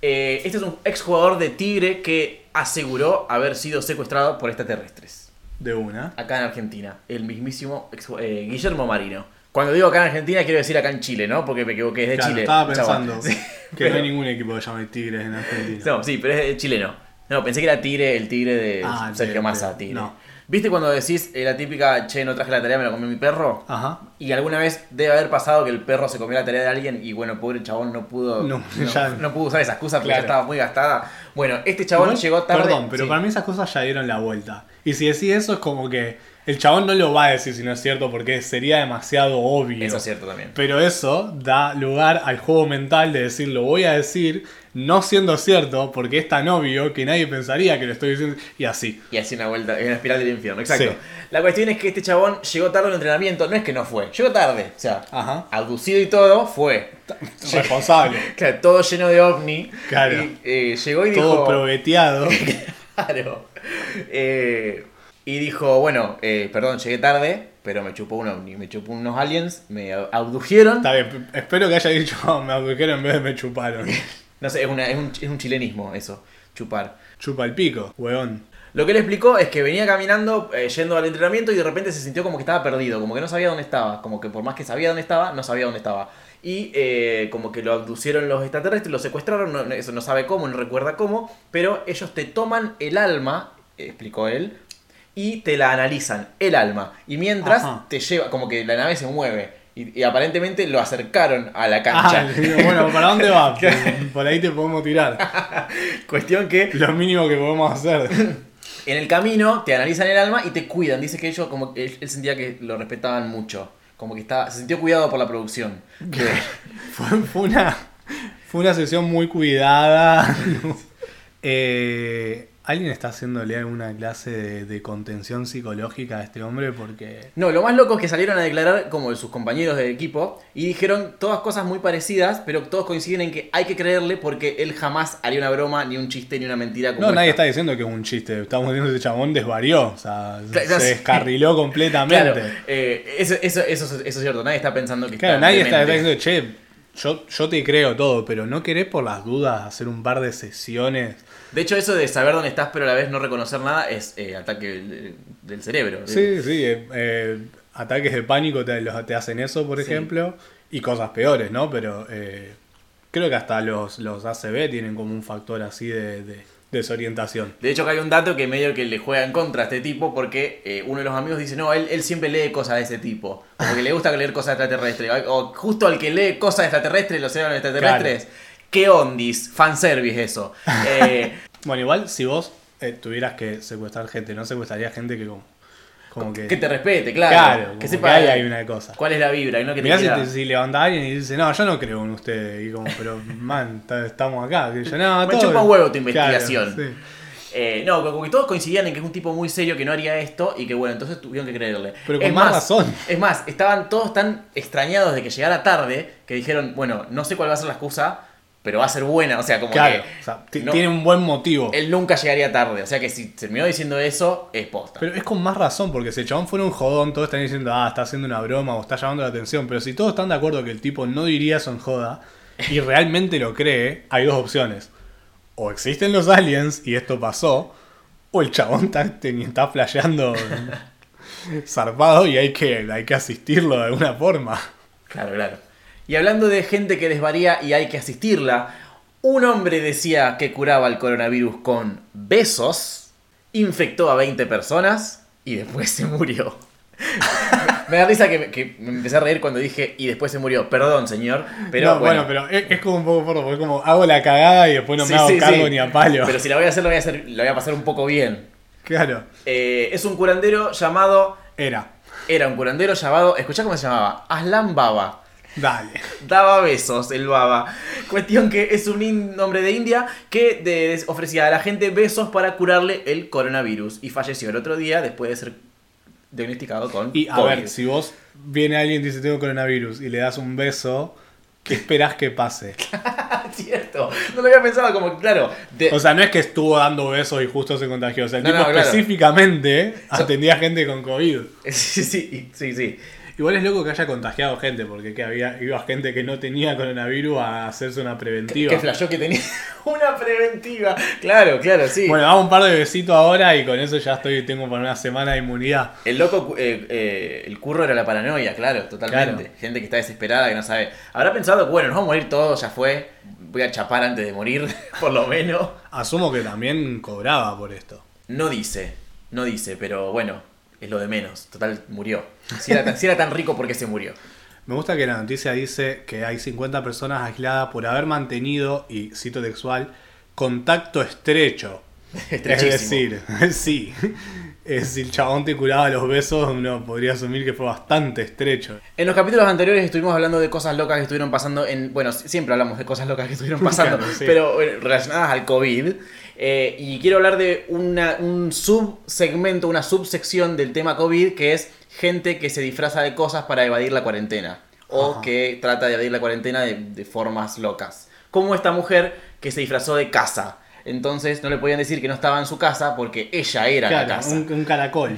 Eh, este es un exjugador de Tigre que aseguró haber sido secuestrado por extraterrestres de una. acá en Argentina. El mismísimo ex- eh, Guillermo Marino. Cuando digo acá en Argentina, quiero decir acá en Chile, ¿no? Porque me equivoqué, es de Claro, Chile. estaba chabón. pensando Sí, que pero- no hay ningún equipo que llame Tigres en Argentina. No, sí, pero es de chileno. No, pensé que era Tigre, el Tigre de Ah, Sergio de- Massa, de- Tigre. no. ¿Viste cuando decís eh, la típica, che, no traje la tarea, me la comió mi perro? Ajá. Y alguna vez debe haber pasado que el perro se comió la tarea de alguien y bueno, pobre chabón no pudo No, ya- no pudo usar esa excusa porque Claro. ya estaba muy gastada. Bueno, este chabón Igual, llegó tarde. Perdón, pero sí. para mí esas cosas ya dieron la vuelta. Y si decís eso es como que el chabón no lo va a decir si no es cierto porque sería demasiado obvio. Eso es cierto también. Pero eso da lugar al juego mental de decir, lo voy a decir, no siendo cierto, porque es tan obvio que nadie pensaría que lo estoy diciendo. Y así. Y así una vuelta, una espiral del infierno, exacto. Sí. La cuestión es que este chabón llegó tarde al entrenamiento, no es que no fue, llegó tarde, o sea, Ajá. abducido y todo, fue. Responsable. Claro, todo lleno de ovni. Claro. Y, eh, llegó y Todo dijo. probeteado. Claro. Eh, y dijo, bueno, eh, perdón, llegué tarde, pero me chupó un ovni, me chupó unos aliens, me abdujeron. Está bien, p- espero que haya dicho "Oh, me agujeron en vez de me chuparon. No sé, es, una- es un, es un chilenismo eso, chupar. Chupa el pico, weón. Lo que él explicó es que venía caminando, eh, yendo al entrenamiento y de repente se sintió como que estaba perdido, como que no sabía dónde estaba, como que por más que sabía dónde estaba, no sabía dónde estaba. Y eh, como que lo abducieron los extraterrestres, lo secuestraron, no, no- eso no sabe cómo, no recuerda cómo, pero ellos te toman el alma, eh, explicó él, y te la analizan, el alma. Y mientras Ajá. te lleva, como que la nave se mueve. Y, y aparentemente lo acercaron a la Ah, cancha. digo, bueno, ¿para dónde va? Por ahí te podemos tirar. Cuestión que Lo mínimo que podemos hacer. En el camino te analizan el alma y te cuidan. Dice que ellos, como que él, él sentía que lo respetaban mucho. Como que estaba, se sintió cuidado por la producción. Fue, fue una, fue una sesión muy cuidada. Eh, ¿Alguien está haciéndole alguna clase de, de contención psicológica a este hombre? Porque. No, lo más loco es que salieron a declarar como sus compañeros del equipo y dijeron todas cosas muy parecidas, pero todos coinciden en que hay que creerle porque él jamás haría una broma, ni un chiste, ni una mentira como No, nadie esta. está diciendo que es un chiste. Estamos diciendo que ese chabón desvarió. O sea, Claro, se sí. descarriló completamente. Claro, Claro, eh, eso, eso, eso, eso es cierto, nadie está pensando que está nadie está, está demente. diciendo, che, yo, yo te creo todo, pero ¿no querés por las dudas hacer un par de sesiones? De hecho, eso de saber dónde estás pero a la vez no reconocer nada es eh, ataque del, del cerebro. Sí, sí. eh, eh, ataques de pánico te, los- te hacen eso, por Sí. ejemplo. Y cosas peores, ¿no? Pero eh, creo que hasta los, los ACB tienen como un factor así de, de desorientación. De hecho, acá hay un dato que medio que le juega en contra a este tipo porque eh, uno de los amigos dice, no, él, él siempre lee cosas de ese tipo. Como que le gusta leer cosas extraterrestres. O justo al que lee cosas extraterrestres, los océanos extraterrestres. ¿Qué ondis? Fanservice eso. Eh, Bueno, igual si vos eh, tuvieras que secuestrar gente, no secuestraría gente que como, como que... que te respete, claro. Claro, como que que sepa ahí hay una cosa. cuál es la vibra. Y no que te Mirá si, quiera- te, si levanta alguien y dice, no, yo no creo en ustedes. Y como, pero man, ta- estamos acá. Que yo, no, Me todo- chupa un huevo tu Claro, investigación. sí. Eh, no, como que todos coincidían en que es un tipo muy serio que no haría esto y que bueno, entonces tuvieron que creerle. Pero con es más razón. Es más, estaban todos tan extrañados de que llegara tarde que dijeron, bueno, no sé cuál va a ser la excusa, pero va a ser buena. O sea, como Claro, que o sea, ti- no- tiene un buen motivo. él nunca llegaría tarde. O sea que si terminó diciendo eso, es posta. Pero es con más razón, porque si el chabón fuera un jodón, todos están diciendo, ah, está haciendo una broma o está llamando la atención. Pero si todos están de acuerdo que el tipo no diría eso en joda y realmente lo cree, hay dos opciones. O existen los aliens y esto pasó, o el chabón está, teni- está flasheando zarpado y hay que, hay que asistirlo de alguna forma. Claro, claro. Y hablando de gente que desvaría y hay que asistirla, un hombre decía que curaba el coronavirus con besos, infectó a 20 personas y después se murió. me da risa que me, que me empecé a reír cuando dije y después se murió. Perdón, señor. Pero No, bueno, pero es, es como un poco porro, porque es como hago la cagada y después no Sí, me hago sí, sí. cargo ni a palo. Pero si la voy a hacer, la voy a, hacer, la voy a pasar un poco bien. Claro, Eh, es un curandero llamado. era. Era un curandero llamado. Escuchá cómo se llamaba. Aslan Baba. Dale. Daba besos el baba. Cuestión que es un in- hombre de India que de- ofrecía a la gente besos para curarle el coronavirus. Y falleció el otro día después de ser diagnosticado con Y a COVID. ver, si vos viene alguien y dice tengo coronavirus y le das un beso, ¿qué esperás que pase? Ah, cierto. No lo había pensado como que, claro. de- O sea, no es que estuvo dando besos y justo se contagió. O sea, el No, tipo no, claro. específicamente atendía gente con COVID. sí, sí, sí, sí. Igual es loco que haya contagiado gente, porque que había, iba gente que no tenía coronavirus a hacerse una preventiva. Que flashó que tenía una preventiva. Claro, claro, sí. bueno, hago un par de besitos ahora y con eso ya estoy, tengo para una semana de inmunidad. El loco, eh, eh, el curro era la paranoia, claro, totalmente. Claro. Gente que está desesperada, que no sabe. Habrá pensado, bueno, nos vamos a morir todos, ya fue. Voy a chapar antes de morir, por lo menos. Asumo que también cobraba por esto. No dice, no dice, pero bueno, es lo de menos. Total, murió. Si era tan, si era tan rico, ¿por qué se murió? Me gusta que la noticia dice que hay 50 personas aisladas por haber mantenido, y cito textual, contacto estrecho Es Estrechísimo. decir, sí. Eh, Si el chabón te curaba los besos, uno podría asumir que fue bastante estrecho. En los capítulos anteriores estuvimos hablando de cosas locas que estuvieron pasando en. Bueno, si- siempre hablamos de cosas locas que estuvieron pasando, Claro, sí. pero bueno, relacionadas al COVID. Eh, y quiero hablar de una, un subsegmento, una subsección del tema COVID, que es gente que se disfraza de cosas para evadir la cuarentena. O Ajá. que trata de evadir la cuarentena de, de formas locas. Como esta mujer que se disfrazó de casa. Entonces no le podían decir que no estaba en su casa porque ella era la Claro, casa. un, un caracol.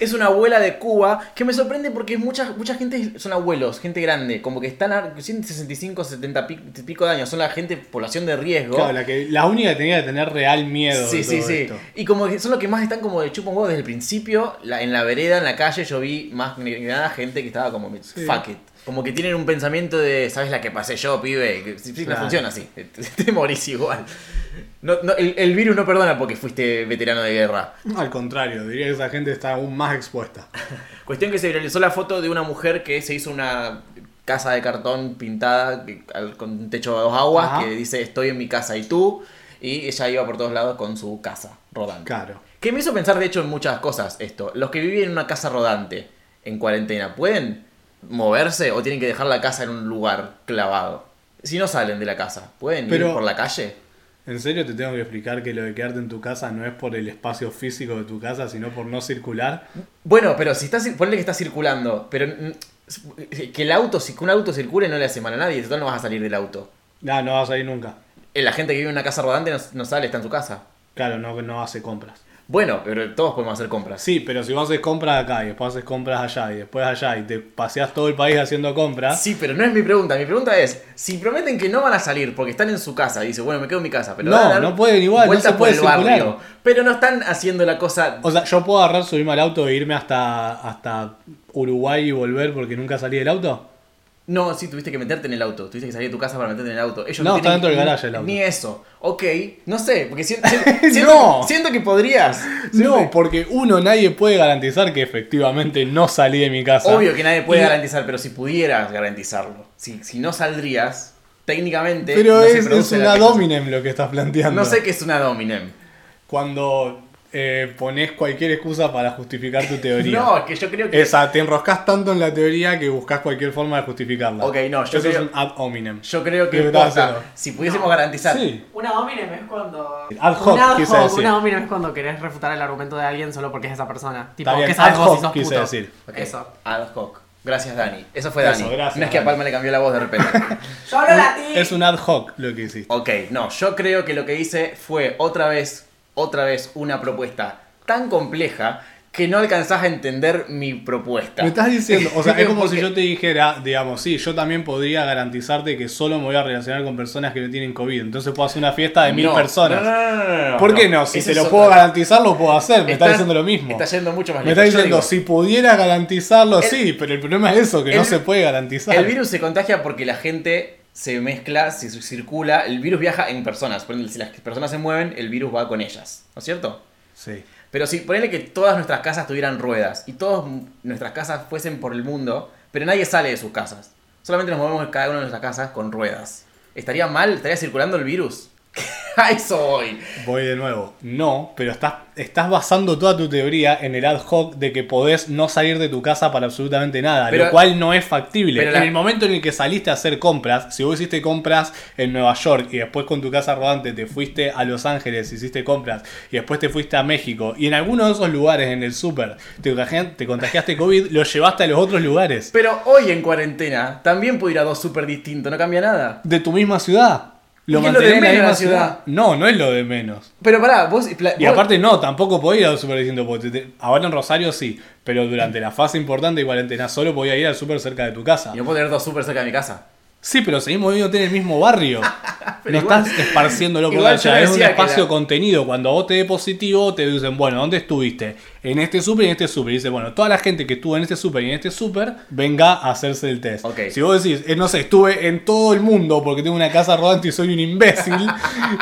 Es una abuela de Cuba que me sorprende porque mucha, mucha gente son abuelos, gente grande, como que están a 165, 70 pi- pico, de años, son la gente, población de riesgo. Claro, la, que, la única que tenía que tener real miedo. sí, de sí, todo sí. esto. Y como que son los que más están como de chupa un huevo desde el principio, la- en la vereda, en la calle, yo vi más que nada gente que estaba como, fuck it. Como que tienen un pensamiento de, ¿sabes la que pasé yo, pibe? Que sí, sí, Claro. No funciona así, te, te morís igual. No, no, el, el virus no perdona porque fuiste veterano de guerra. Al contrario, diría que esa gente está aún más expuesta. Cuestión que se viralizó la foto de una mujer que se hizo una casa de cartón pintada que- al- con un techo de dos aguas Ajá. que dice estoy en mi casa y tú. Y ella iba por todos lados con su casa rodante. Claro. Que me hizo pensar de hecho en muchas cosas esto. Los que viven en una casa rodante en cuarentena, ¿pueden moverse o tienen que dejar la casa en un lugar clavado? Si no salen de la casa, ¿pueden ir Pero- por la calle? En serio te tengo que explicar que lo de quedarte en tu casa no es por el espacio físico de tu casa, sino por no circular. Bueno, pero si está, cir- ponle que está circulando, pero mm, que el auto, si que un auto circule no le hace mal a nadie, total no vas a salir del auto. No, no vas a ir nunca. Eh, La gente que vive en una casa rodante no, no sale, está en su casa. Claro, no, no hace compras. Bueno, pero todos podemos hacer compras. Sí, pero si vos haces compras acá y después haces compras allá y después allá y te paseas todo el país haciendo compras. Sí, pero no es mi pregunta. Mi pregunta es, si prometen que no van a salir porque están en su casa, y dice, bueno, me quedo en mi casa, pero No, van a dar no pueden igual, no vueltas se puede por el circular. barrio, pero no están haciendo la cosa... O sea, yo puedo agarrar, subirme al auto e irme hasta, hasta Uruguay y volver porque nunca salí del auto. No, sí, tuviste que meterte en el auto, tuviste que salir de tu casa para meterte en el auto. Ellos No, no está tienen dentro del ni- garaje el auto. Ni eso. Ok, no sé, porque siento, siento- No. siento que podrías. No, porque uno, nadie puede garantizar que efectivamente no salí de mi casa. Obvio que nadie puede Y- garantizar, pero si pudieras garantizarlo, si, si no saldrías, técnicamente. Pero no se es, es produce la una cosa. dominem lo que estás planteando. No sé qué es una dominem. Cuando eh, pones cualquier excusa para justificar tu teoría. No, es que yo creo que. Esa, te enroscas tanto en la teoría que buscas cualquier forma de justificarla. Ok, no, yo Eso creo- es un ad hominem. Yo creo que. Lo estaba posta, haciendo. si pudiésemos garantizar. Sí. Una dominem es cuando. Ad hoc, una, ad quise hoc, decir. una dominem es cuando querés refutar el argumento de alguien solo porque es esa persona. Tipo, bien, ¿qué sabes ad vos hoc si sos quise puto? decir. Ok, Eso. Ad hoc. Gracias, Dani. Eso fue Eso, Dani. gracias, no es que a Dani. Palma le cambió la voz de repente. Yo hablo latín. Es un ad hoc lo que hiciste. ok, no, yo creo que lo que hice fue otra vez, otra vez una propuesta tan compleja que no alcanzás a entender mi propuesta. Me estás diciendo, o sea, es como si Porque- yo te dijera, digamos, sí, yo también podría garantizarte que solo me voy a relacionar con personas que no tienen COVID. Entonces puedo hacer una fiesta de mil No, personas. no, no, no, no, no, ¿Por qué no? Si Ese te lo es puedo otro. garantizar, lo puedo hacer. Me estás Estás- diciendo lo mismo. Está yendo mucho más me lejos. estás Yo diciendo, digo, si pudiera garantizarlo, El- sí, pero el problema es eso, que no el- se puede garantizar. El virus se contagia porque la gente se mezcla, se circula. El virus viaja en personas. Por ejemplo, Si las personas se mueven, el virus va con ellas. ¿No es cierto? Sí. Pero si ponele que todas nuestras casas tuvieran ruedas y todas m- nuestras casas fuesen por el mundo, pero nadie sale de sus casas. Solamente nos movemos en cada una de nuestras casas con ruedas. ¿Estaría mal? ¿Estaría circulando el virus? ¡A eso voy! Voy de nuevo. No, pero estás, estás basando toda tu teoría en el ad hoc de que podés no salir de tu casa para absolutamente nada, Pero- lo cual no es factible. pero en la- el momento en el que saliste a hacer compras, si vos hiciste compras en Nueva York y después con tu casa rodante te fuiste a Los Ángeles, hiciste compras y después te fuiste a México y en alguno de esos lugares en el súper te, contagian- te contagiaste COVID, lo llevaste a los otros lugares Pero hoy en cuarentena también puedo ir a dos súper distintos, no cambia nada. de tu misma ciudad. Lo ¿Y qué es lo de mantenés en la menos misma la ciudad? ciudad. No, no es lo de menos. Pero pará, vos... pla- Y vos- aparte no, tampoco podía ir al super distinto. Porque te- te- ahora en Rosario sí, pero durante la fase importante de cuarentena solo podía ir al super cerca de tu casa. Y no puedo tener dos súper cerca de mi casa. Sí, pero seguimos viviendo en el mismo barrio. Pero No igual- estás esparciéndolo por igual la yo ciudad, es un decía que espacio la- contenido. Cuando vos te dé positivo, te dicen, bueno, ¿dónde estuviste? En este super y en este super. Y dice, bueno, toda la gente que estuvo en este super y en este super, venga a hacerse el test. Ok. Si vos decís, eh, no sé, estuve en todo el mundo porque tengo una casa rodante y soy un imbécil,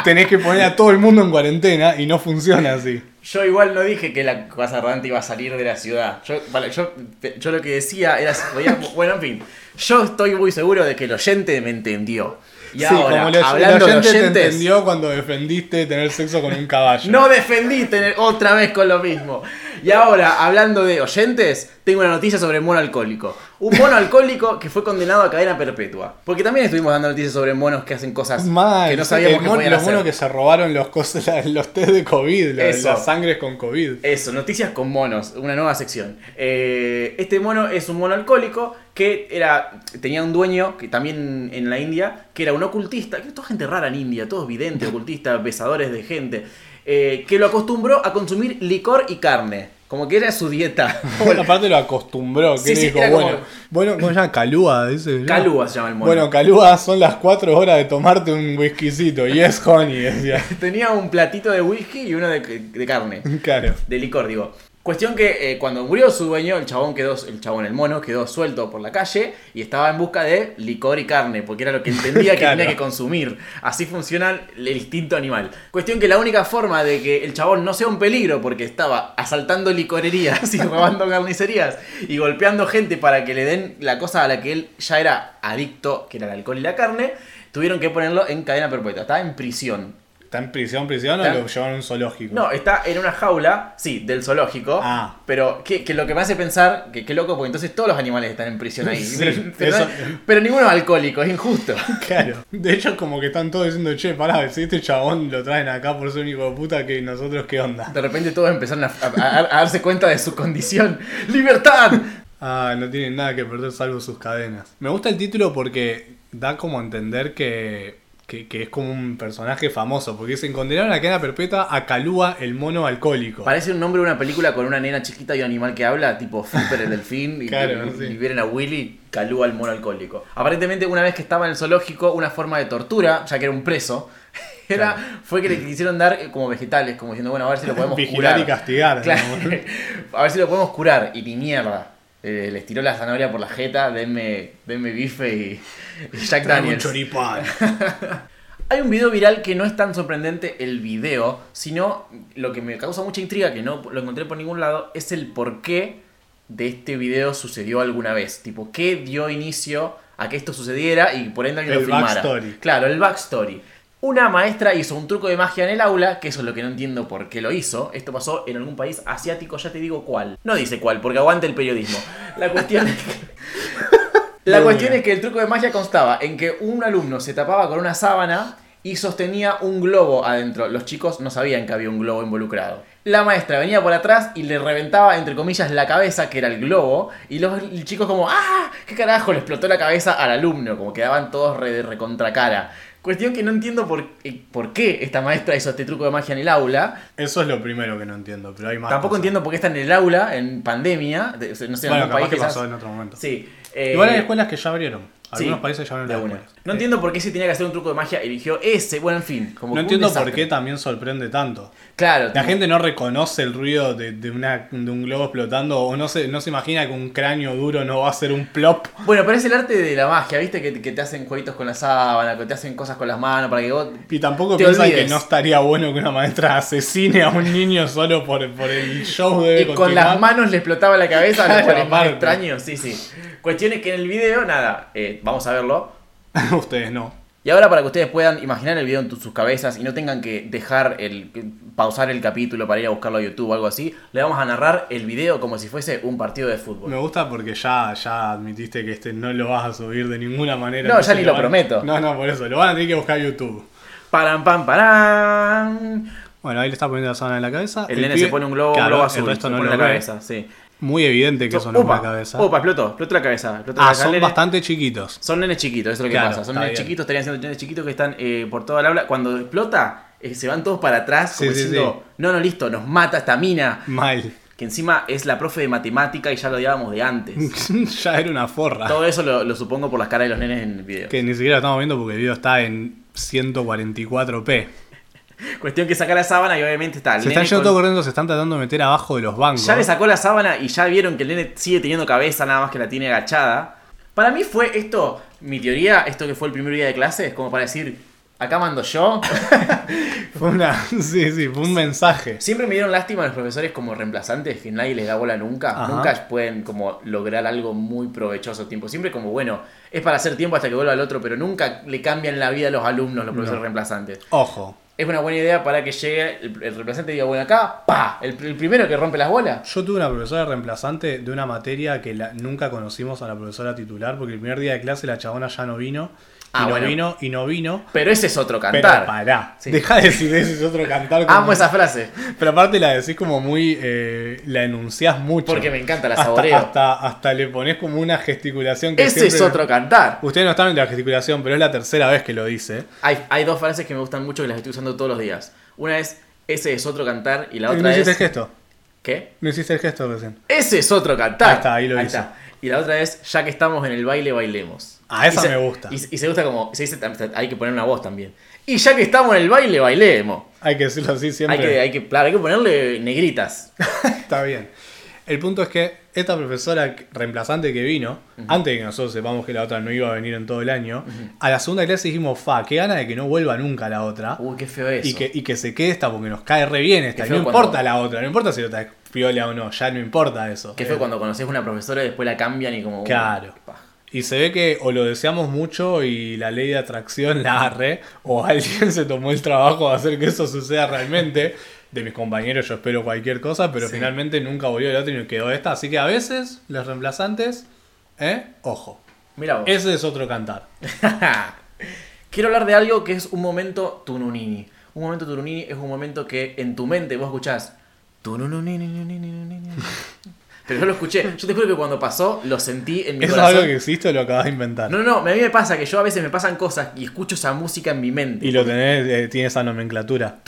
tenés que poner a todo el mundo en cuarentena y no funciona así. Yo igual no dije que la casa rodante iba a salir de la ciudad. Yo, vale, yo, yo lo que decía era. podía- bueno, en fin. Yo estoy muy seguro de que el oyente me entendió. Y Sí, ahora, como el oy- el hablando oyente de te oyentes. entendió cuando defendiste tener sexo con un caballo. No defendí tener otra vez con lo mismo. Y ahora, hablando de oyentes, tengo una noticia sobre el mono alcohólico. Un mono alcohólico que fue condenado a cadena perpetua. Porque también estuvimos dando noticias sobre monos que hacen cosas Mal, que no sabíamos el que mon- podían los hacer. monos que se robaron los, cosas, la- los test de COVID, la- Eso. las sangres con COVID. Eso, noticias con monos, una nueva sección. Eh, este mono es un mono alcohólico que era tenía un dueño que también en la India, que era un ocultista, que toda gente rara en India, todos videntes, ocultistas, besadores de gente, eh, que lo acostumbró a consumir licor y carne, como que era su dieta. Bueno, aparte lo acostumbró, que Sí, le sí, dijo, era como- bueno, bueno, ¿cómo se llama? Calúa, dice. ¿no? Calúa se llama el mono. Bueno, Calúa son las cuatro horas de tomarte un whiskycito, y es honey, decía. tenía un platito de whisky y uno de, de carne. Claro. de licor, digo. Cuestión que eh, cuando murió su dueño, el chabón quedó, el chabón, el mono, quedó suelto por la calle y estaba en busca de licor y carne, porque era lo que entendía que Claro. tenía que consumir. Así funciona el instinto animal. Cuestión que la única forma de que el chabón no sea un peligro, porque estaba asaltando licorerías y robando carnicerías y golpeando gente para que le den la cosa a la que él ya era adicto, que era el alcohol y la carne, tuvieron que ponerlo en cadena perpetua. Estaba en prisión. ¿Está en prisión, prisión Está- o lo llevaron a un zoológico? No, está en una jaula, sí, del zoológico. Ah. Pero que, que lo que me hace pensar, que qué loco, porque entonces todos los animales están en prisión ahí. Sí, pero, pero- eso- pero ninguno es alcohólico, es injusto. Claro. De hecho, como que están todos diciendo, che, pará, si este chabón lo traen acá por ser un hijo de puta, que nosotros qué onda. De repente todos empezaron a, a- a- a darse cuenta de su condición. ¡Libertad! Ah, no tienen nada que perder salvo sus cadenas. Me gusta el título porque da como a entender que, que, que es como un personaje famoso, porque se condenaron a cadena perpetua a Calúa, el mono alcohólico. Parece un nombre de una película con una nena chiquita y un animal que habla, tipo Flipper el delfín. Y, Claro, y- sí. y vienen a Willy, Calúa el mono alcohólico. Aparentemente, una vez que estaba en el zoológico, una forma de tortura, ya que era un preso. Era, Fue que le quisieron dar eh, como vegetales, como diciendo, bueno, a ver si lo podemos Vigilar curar. y castigar. Claro. ¿no? A ver si lo podemos curar. Y ni mierda. Eh, les tiró la zanahoria por la jeta, denme, denme bife y, y Jack Traeme un Daniels. choripán. Hay un video viral que no es tan sorprendente el video, sino lo que me causa mucha intriga, que no lo encontré por ningún lado, es el por qué de este video sucedió alguna vez. Tipo, ¿qué dio inicio a que esto sucediera y por ende alguien lo El filmara? backstory. Claro, el backstory. Una maestra hizo un truco de magia en el aula, que eso es lo que no entiendo por qué lo hizo. Esto pasó en algún país asiático, ya te digo cuál. No dice cuál, porque aguante el periodismo. La cuestión es que... La De cuestión una. es que el truco de magia constaba en que un alumno se tapaba con una sábana y sostenía un globo adentro. Los chicos no sabían que había un globo involucrado. La maestra venía por atrás y le reventaba, entre comillas, la cabeza, que era el globo, y los chicos como, ¡ah! ¿Qué carajo? Le explotó la cabeza al alumno, como quedaban todos re, recontracara. Cuestión que no entiendo por, eh, por qué esta maestra hizo este truco de magia en el aula. Eso es lo primero que Ah, no entiendo, pero hay más. Tampoco cosas. entiendo por qué está en el aula, en pandemia, de- no sé, en Bueno, algún capaz país que quizás. pasó en otro momento. Sí. eh, Igual hay escuelas que ya abrieron. Sí, Algunos países ya abrieron de las una. escuelas. No entiendo por qué si tenía que hacer un truco de magia eligió ese. Bueno, en fin. Como No que un entiendo por desastre. qué también sorprende tanto. Claro. La tipo, gente no reconoce el ruido de, de una, de un globo explotando o no se, no se imagina que un cráneo duro no va a ser un plop. Bueno, pero es el arte de la magia, ¿viste? Que, que te hacen jueguitos con la sábana, que te hacen cosas con las manos para que vos... Y tampoco Te piensan olvides. que no estaría bueno que una maestra asesine a un niño solo por, por el show de Y con las manos le explotaba la cabeza, Claro, lo cual es más aparte. extraño, sí, sí. Cuestiones que en el video, nada, eh, vamos a verlo. Ustedes no. Y ahora para que ustedes puedan imaginar el video en tu- sus cabezas y no tengan que dejar el que- pausar el capítulo para ir a buscarlo a YouTube o algo así, le vamos a narrar el video como si fuese un partido de fútbol. Me gusta porque ya, ya admitiste que este no lo vas a subir de ninguna manera. No, ya se ni lo van- prometo. No, no, por eso. Lo van a tener que buscar en YouTube. Param, pam, param. Bueno, ahí le está poniendo la sábana en la cabeza. El, nene pibe- se pone un globo, un Claro, globo azul. El resto se no pone lo en la ve. cabeza, sí. Muy evidente que So- eso no es una cabeza. Opa, explotó, explotó la cabeza. explotó la ah, cabeza. son Nene- bastante chiquitos. Son nenes chiquitos, eso es lo que Claro, pasa. Son está nenes bien. chiquitos, estarían siendo nenes chiquitos que están eh, por toda la habla. Cuando explota, eh, se van todos para atrás, como Sí, sí, diciendo, no, no, listo, nos mata esta mina. Mal. Que encima es la profe de matemática y ya lo odiábamos de antes. ya era una forra. Todo eso lo, lo supongo por las caras de los nenes en el video. Que ni siquiera lo estamos viendo porque el video está en 144p. Cuestión que saca la sábana y obviamente está. el Se nene están yendo con- todo corriendo, se están tratando de meter abajo de los bancos. Ya le sacó la sábana y ya vieron que el nene sigue teniendo cabeza, nada más que la tiene agachada. Para mí fue esto, mi teoría, esto que fue el primer día de clases, como para decir, acá mando yo. Fue una. Sí, sí, fue un mensaje. Siempre me dieron lástima a los profesores como reemplazantes, que nadie les da bola nunca. Ajá. Nunca pueden como lograr algo muy provechoso a tiempo. Siempre como, bueno, es para hacer tiempo hasta que vuelva el otro, pero nunca le cambian la vida a los alumnos los profesores No. reemplazantes. Ojo, Es una buena idea para que llegue el, el reemplazante y diga, bueno, acá, pa, el, el primero que rompe las bolas. yo tuve una profesora reemplazante de una materia que la- nunca conocimos a la profesora titular, porque el primer día de clase la chabona ya no vino. Y Ah, no bueno. vino, y no vino. Pero ese es otro Pero cantar. pará. Sí. Deja de decir ese es otro cantar. como- Amo esa frase. Pero aparte la decís como muy. eh, la enunciás mucho. Porque me encanta, la Hasta- saboreo. Hasta, hasta le pones como una gesticulación que Ese es siempre- otro cantar. Ustedes no están en la gesticulación, pero es la tercera vez que lo dice. Hay, hay dos frases que me gustan mucho que las estoy usando todos los días. Una es, ese es otro cantar, y la no otra hiciste el es... gesto. ¿Qué? No hiciste el gesto recién. Ese es otro cantar. Ahí está, ahí lo hizo. Y la otra es, ya que estamos en el baile, bailemos. Ah, esa Y se- me gusta. Y, y se gusta como, se dice, tam- hay que poner una voz también. Y ya que estamos en el baile, bailemos. Hay que decirlo así siempre. Hay que, hay que, claro, hay que ponerle negritas. Está bien. El punto es que esta profesora reemplazante que vino, antes de que nosotros sepamos que la otra no iba a venir en todo el año, a la segunda clase dijimos, fa, qué gana de que no vuelva nunca la otra. Uy, qué feo eso. Y que, y que se quede esta porque nos cae re bien esta. Qué Y no feo cuando- importa la otra, no importa si la otra es piola o no, ya no importa eso. Qué Eh, feo cuando conoces una profesora y después la cambian y como... "Uh, uy, Claro. qué paja. Y se ve que o lo deseamos mucho y la ley de atracción la arre, o alguien se tomó el trabajo de hacer que eso suceda realmente. De mis compañeros yo espero cualquier cosa, pero Sí. finalmente nunca volvió el otro y quedó esta. Así que a veces los reemplazantes, ¿eh? Ojo. Mira vos. Ese es otro cantar. Quiero hablar de algo que es un momento tununini. Un momento tununini es un momento que en tu mente vos escuchás. tunununininininininini. Pero yo lo escuché. Yo te juro que cuando pasó lo sentí en mi ¿Eso es corazón. algo que existe o lo acabas de inventar? No, no, no. A mí me pasa que yo a veces me pasan cosas y escucho esa música en mi mente. Y lo tenés, eh, tiene esa nomenclatura.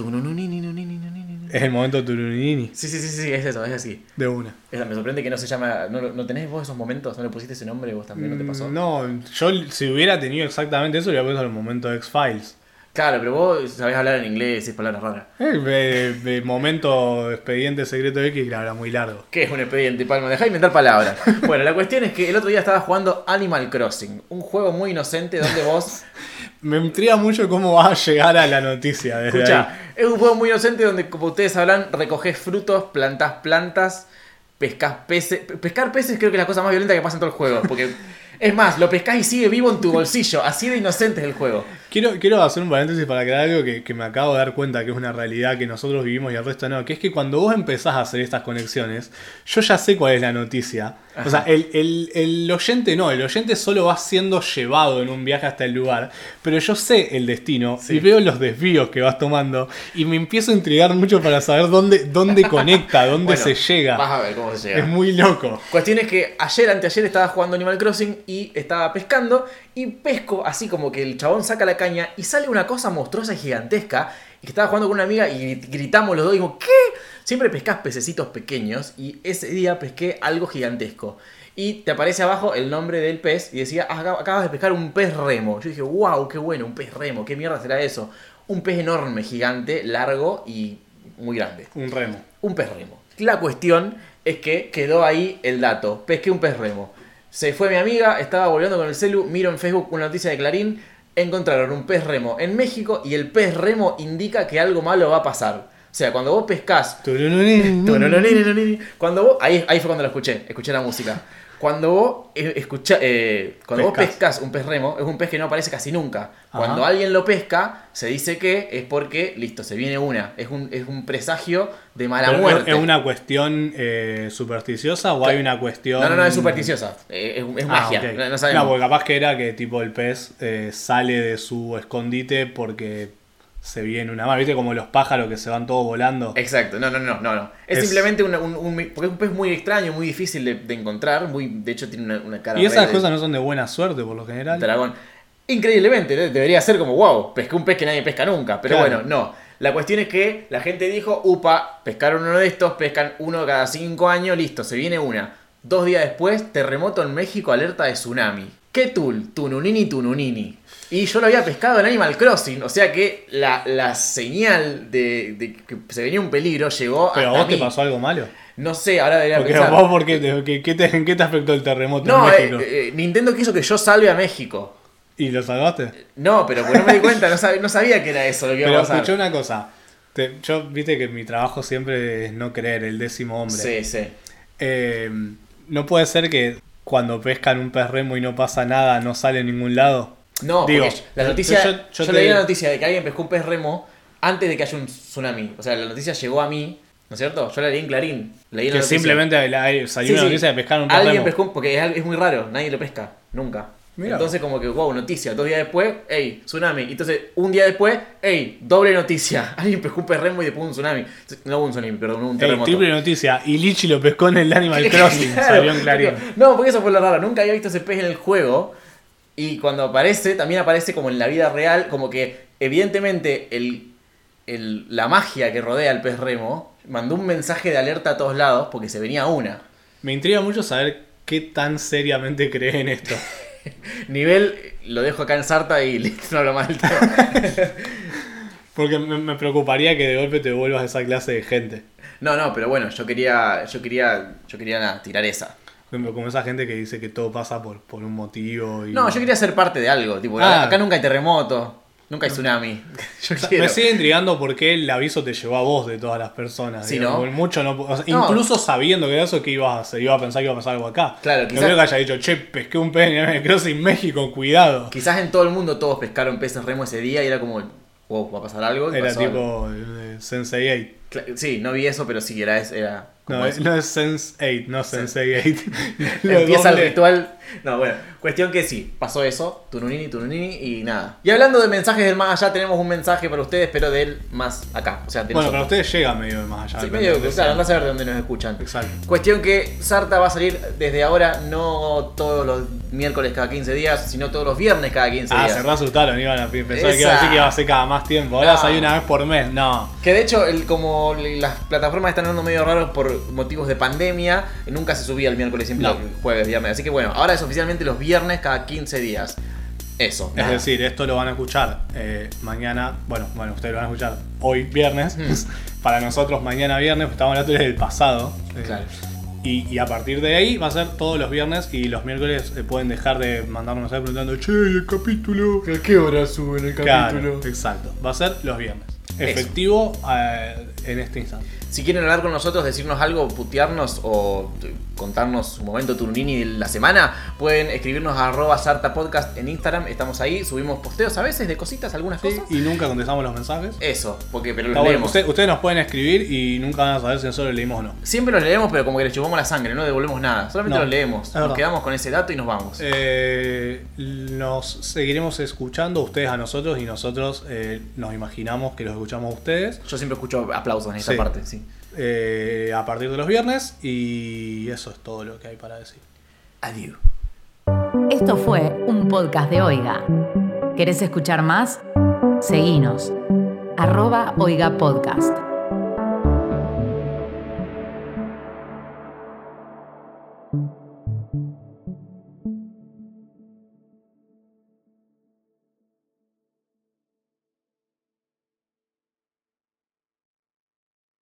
Tunununininininininini. Es el momento turunini Sí, sí, sí, sí, es eso, es así. de una. Esa- me sorprende que no se llama. ¿no, lo- no tenés vos esos momentos? ¿No le pusiste ese nombre vos también? ¿No te pasó? Mm, No, yo si hubiera tenido exactamente eso, lo hubiera puesto en el momento X-Files. Claro, pero vos sabés hablar en inglés, es palabras raras. Eh, de- de momento expediente secreto X, la verdad, muy largo. ¿Qué es un expediente, Palma? Dejá de inventar palabras. Bueno, la cuestión es que el otro día estaba jugando Animal Crossing, un juego muy inocente donde vos. Me intriga mucho cómo va a llegar a la noticia desde ahí. Escucha, es un juego muy inocente donde, como ustedes sabrán, recogés frutos, plantás plantas, pescás peces. Pe- Pescar peces creo que es la cosa más violenta que pasa en todo el juego, porque. Es más, lo pescás y sigue vivo en tu bolsillo. Así de inocente es el juego. Quiero, quiero hacer un paréntesis para aclarar algo que, que me acabo de dar cuenta que es una realidad que nosotros vivimos y el resto no, que es que cuando vos empezás a hacer estas conexiones, yo ya sé cuál es la noticia. O sea, el, el- el oyente no, el oyente solo va siendo llevado en un viaje hasta el lugar, pero yo sé el destino y veo los desvíos que vas tomando y me empiezo a intrigar mucho para saber dónde, dónde conecta, dónde Bueno, se llega. Vas a ver cómo se llega. Es muy loco. Cuestión es que ayer, anteayer, estaba jugando Animal Crossing y estaba pescando. Y pesco así como que el chabón saca la caña y sale una cosa monstruosa y gigantesca. Y que estaba jugando con una amiga y gri- gritamos los dos. Y digo, ¿qué? Siempre pescas pececitos pequeños. Y ese día pesqué algo gigantesco. Y te aparece abajo el nombre del pez y decía, "Acab- acabas de pescar un pez remo. Yo dije, wow, qué bueno, un pez remo, qué mierda será eso. Un pez enorme, gigante, largo y muy grande Un remo. un pez remo. La cuestión es que quedó ahí el dato. Pesqué un pez remo. Se fue mi amiga, estaba volviendo con el celu, miro en Facebook una noticia de Clarín, encontraron un pez remo en México y el pez remo indica que algo malo va a pasar. O sea, cuando vos pescás... Turururururururu, Cuando vos... Ahí, ahí fue cuando lo escuché, escuché la música. Cuando vos eh, escucha, eh, cuando vos Pescás. pescas un pez remo, es un pez que no aparece casi nunca. Ajá. Cuando alguien lo pesca, se dice que es porque, listo, se viene una. Es un, es un presagio de mala Pero, muerte. ¿Es una cuestión eh, supersticiosa o hay una cuestión.? No, no, no, es supersticiosa. Eh, Es, es Ah, magia. ok. No, no sabemos. porque capaz que era que tipo el pez eh, sale de su escondite porque se viene una mar. ¿Viste? Como los pájaros que se van todos volando. Exacto, no, no, no, no, no. Es, Es- simplemente un, un- un- Porque es un pez muy extraño, muy difícil de, de encontrar. Muy, de hecho, tiene una, una cara. Y esas re de cosas no son de buena suerte por lo general. dragón. Increíblemente, de- debería ser como, wow, pesqué un pez que nadie pesca nunca. Pero Claro. bueno, no. La cuestión es que la gente dijo, upa, pescaron uno de estos, pescan uno cada cinco años, listo, se viene una. Dos días después, terremoto en México, alerta de tsunami. ¿Qué tul? Tununini, tununini. Y yo lo había pescado en Animal Crossing, o sea que la, la señal de, de que se venía un peligro llegó Pero a hasta vos te mí. pasó algo malo. No sé, ahora debería Porque pensar. vos, ¿por qué te, qué- qué te- en qué te afectó el terremoto No, en México? eh, eh, Nintendo quiso que yo salve a México. ¿Y lo salvaste? No, pero pues no me di cuenta, no sabía, no sabía que era eso lo que iba Pero a pasar. escuché una cosa. Te- yo, viste que mi trabajo siempre es no creer, el décimo hombre. Sí, sí. Eh, no puede ser que cuando pescan un pez remo y no pasa nada, no sale a ningún lado. No, Digo, porque la noticia. Yo, yo- yo te- leí la noticia de que alguien pescó un pez remo antes de que haya un tsunami. O sea, la noticia llegó a mí, ¿no es cierto? Yo la leí en Clarín. Leí la Que noticia. simplemente al aire salió Sí, una sí. noticia de pescar un pez Alguien remo. pescó, un- porque es, al- es muy raro, nadie lo pesca, nunca. Mirá. Entonces, como que, wow, noticia. Dos días después, hey, tsunami. Y Entonces, un día después, hey, doble noticia. Alguien pescó un pez remo y después un tsunami. No hubo un tsunami, perdón, hubo un Ey, terremoto. Eh, triple noticia. Y Lichi lo pescó en el Animal Crossing. Claro. Salió en Clarín. No, porque eso fue lo raro. Nunca había visto ese pez en el juego. Y cuando aparece, también aparece como en la vida real. Como que, evidentemente, el, el- la magia que rodea al pez remo mandó un mensaje de alerta a todos lados porque se venía una. Me intriga mucho saber qué tan seriamente cree en esto. Nivel, lo dejo acá en Sarta y listo, no hablo más del tema. Porque me, me preocuparía que de golpe te vuelvas esa clase de gente. No, no, pero bueno, yo quería, yo quería, yo quería nada, tirar esa. Por ejemplo, como esa gente que dice que todo pasa por, por un motivo. Y... No, yo quería ser parte de algo. Tipo, Ah. acá nunca hay terremoto, nunca hay tsunami. Yo O sea, quiero. Me sigue intrigando por qué el aviso te llevó a vos de todas las personas. Sí, digamos, ¿no? Mucho no, o sea, No. Incluso sabiendo que era eso, que ibas a hacer? Iba a pensar que iba a pasar algo acá. Claro, no quizás- creo que haya dicho, che, pesqué un pez en el Crossing México, cuidado. Quizás en todo el mundo todos pescaron peces remo ese día y era como, wow, va a pasar algo. y Era pasó algo. tipo eh, Sensei Cla- Sí, no vi eso, pero sí, era, era 8. como No, eso. no es Sense 8, no Sensei 8. Lo Empieza el doble. ritual. No, bueno, cuestión que sí, pasó eso, tununini, tununini y nada. Y hablando de mensajes del más allá, tenemos un mensaje para ustedes, pero del más acá. O sea, de nosotros. Bueno, para ustedes llega medio de más allá. Sí, depende medio, de dónde claro, sea. andá a saber de dónde nos escuchan. Exacto. Cuestión que Sarta va a salir desde ahora, no todos los miércoles cada 15 días, sino todos los viernes cada 15 Ah, días. se resultaron, iban a pensar que iba a decir Esa. que iba a ser cada más tiempo. Ahora No. salió una vez por mes, no. Que de hecho, el, como las plataformas están dando medio raros por motivos de pandemia, nunca se subía el miércoles, siempre No. el jueves, viernes. Así que bueno, ahora es oficialmente los viernes cada 15 días. Eso. Es nada. decir, esto lo van a escuchar eh, mañana, bueno, bueno, ustedes lo van a escuchar hoy viernes. Para nosotros mañana viernes, estamos hablando del pasado. eh, Claro. Y, y a partir de ahí va a ser todos los viernes y los miércoles eh, pueden dejar de mandarnos mensajes preguntando, che, el capítulo. ¿A qué hora suben el Claro, exacto. Va a ser los viernes. Efectivo eh, en este instante. Si quieren hablar con nosotros, decirnos algo, putearnos o t- contarnos su momento turnini de la semana, pueden escribirnos a arroba Sarta Podcast en Instagram. Estamos ahí, subimos posteos a veces de cositas, algunas Sí, cosas. Y nunca contestamos los mensajes. Eso, porque pero los Está bueno, leemos. usted- ustedes nos pueden escribir y nunca van a saber si nosotros lo leímos o no. Siempre los leemos, pero como que les chupamos la sangre, no devolvemos nada. Solamente No, los leemos. es Nos verdad. quedamos con ese dato y nos vamos. Eh, nos seguiremos escuchando ustedes a nosotros y nosotros eh, nos imaginamos que los escuchamos a ustedes Yo siempre escucho aplausos en esta Sí. parte, sí. eh, a partir de los viernes y eso es todo lo que hay para decir. Adiós. Esto fue un podcast de Oiga. ¿Querés escuchar más? Seguinos. Arroba Oiga Podcast.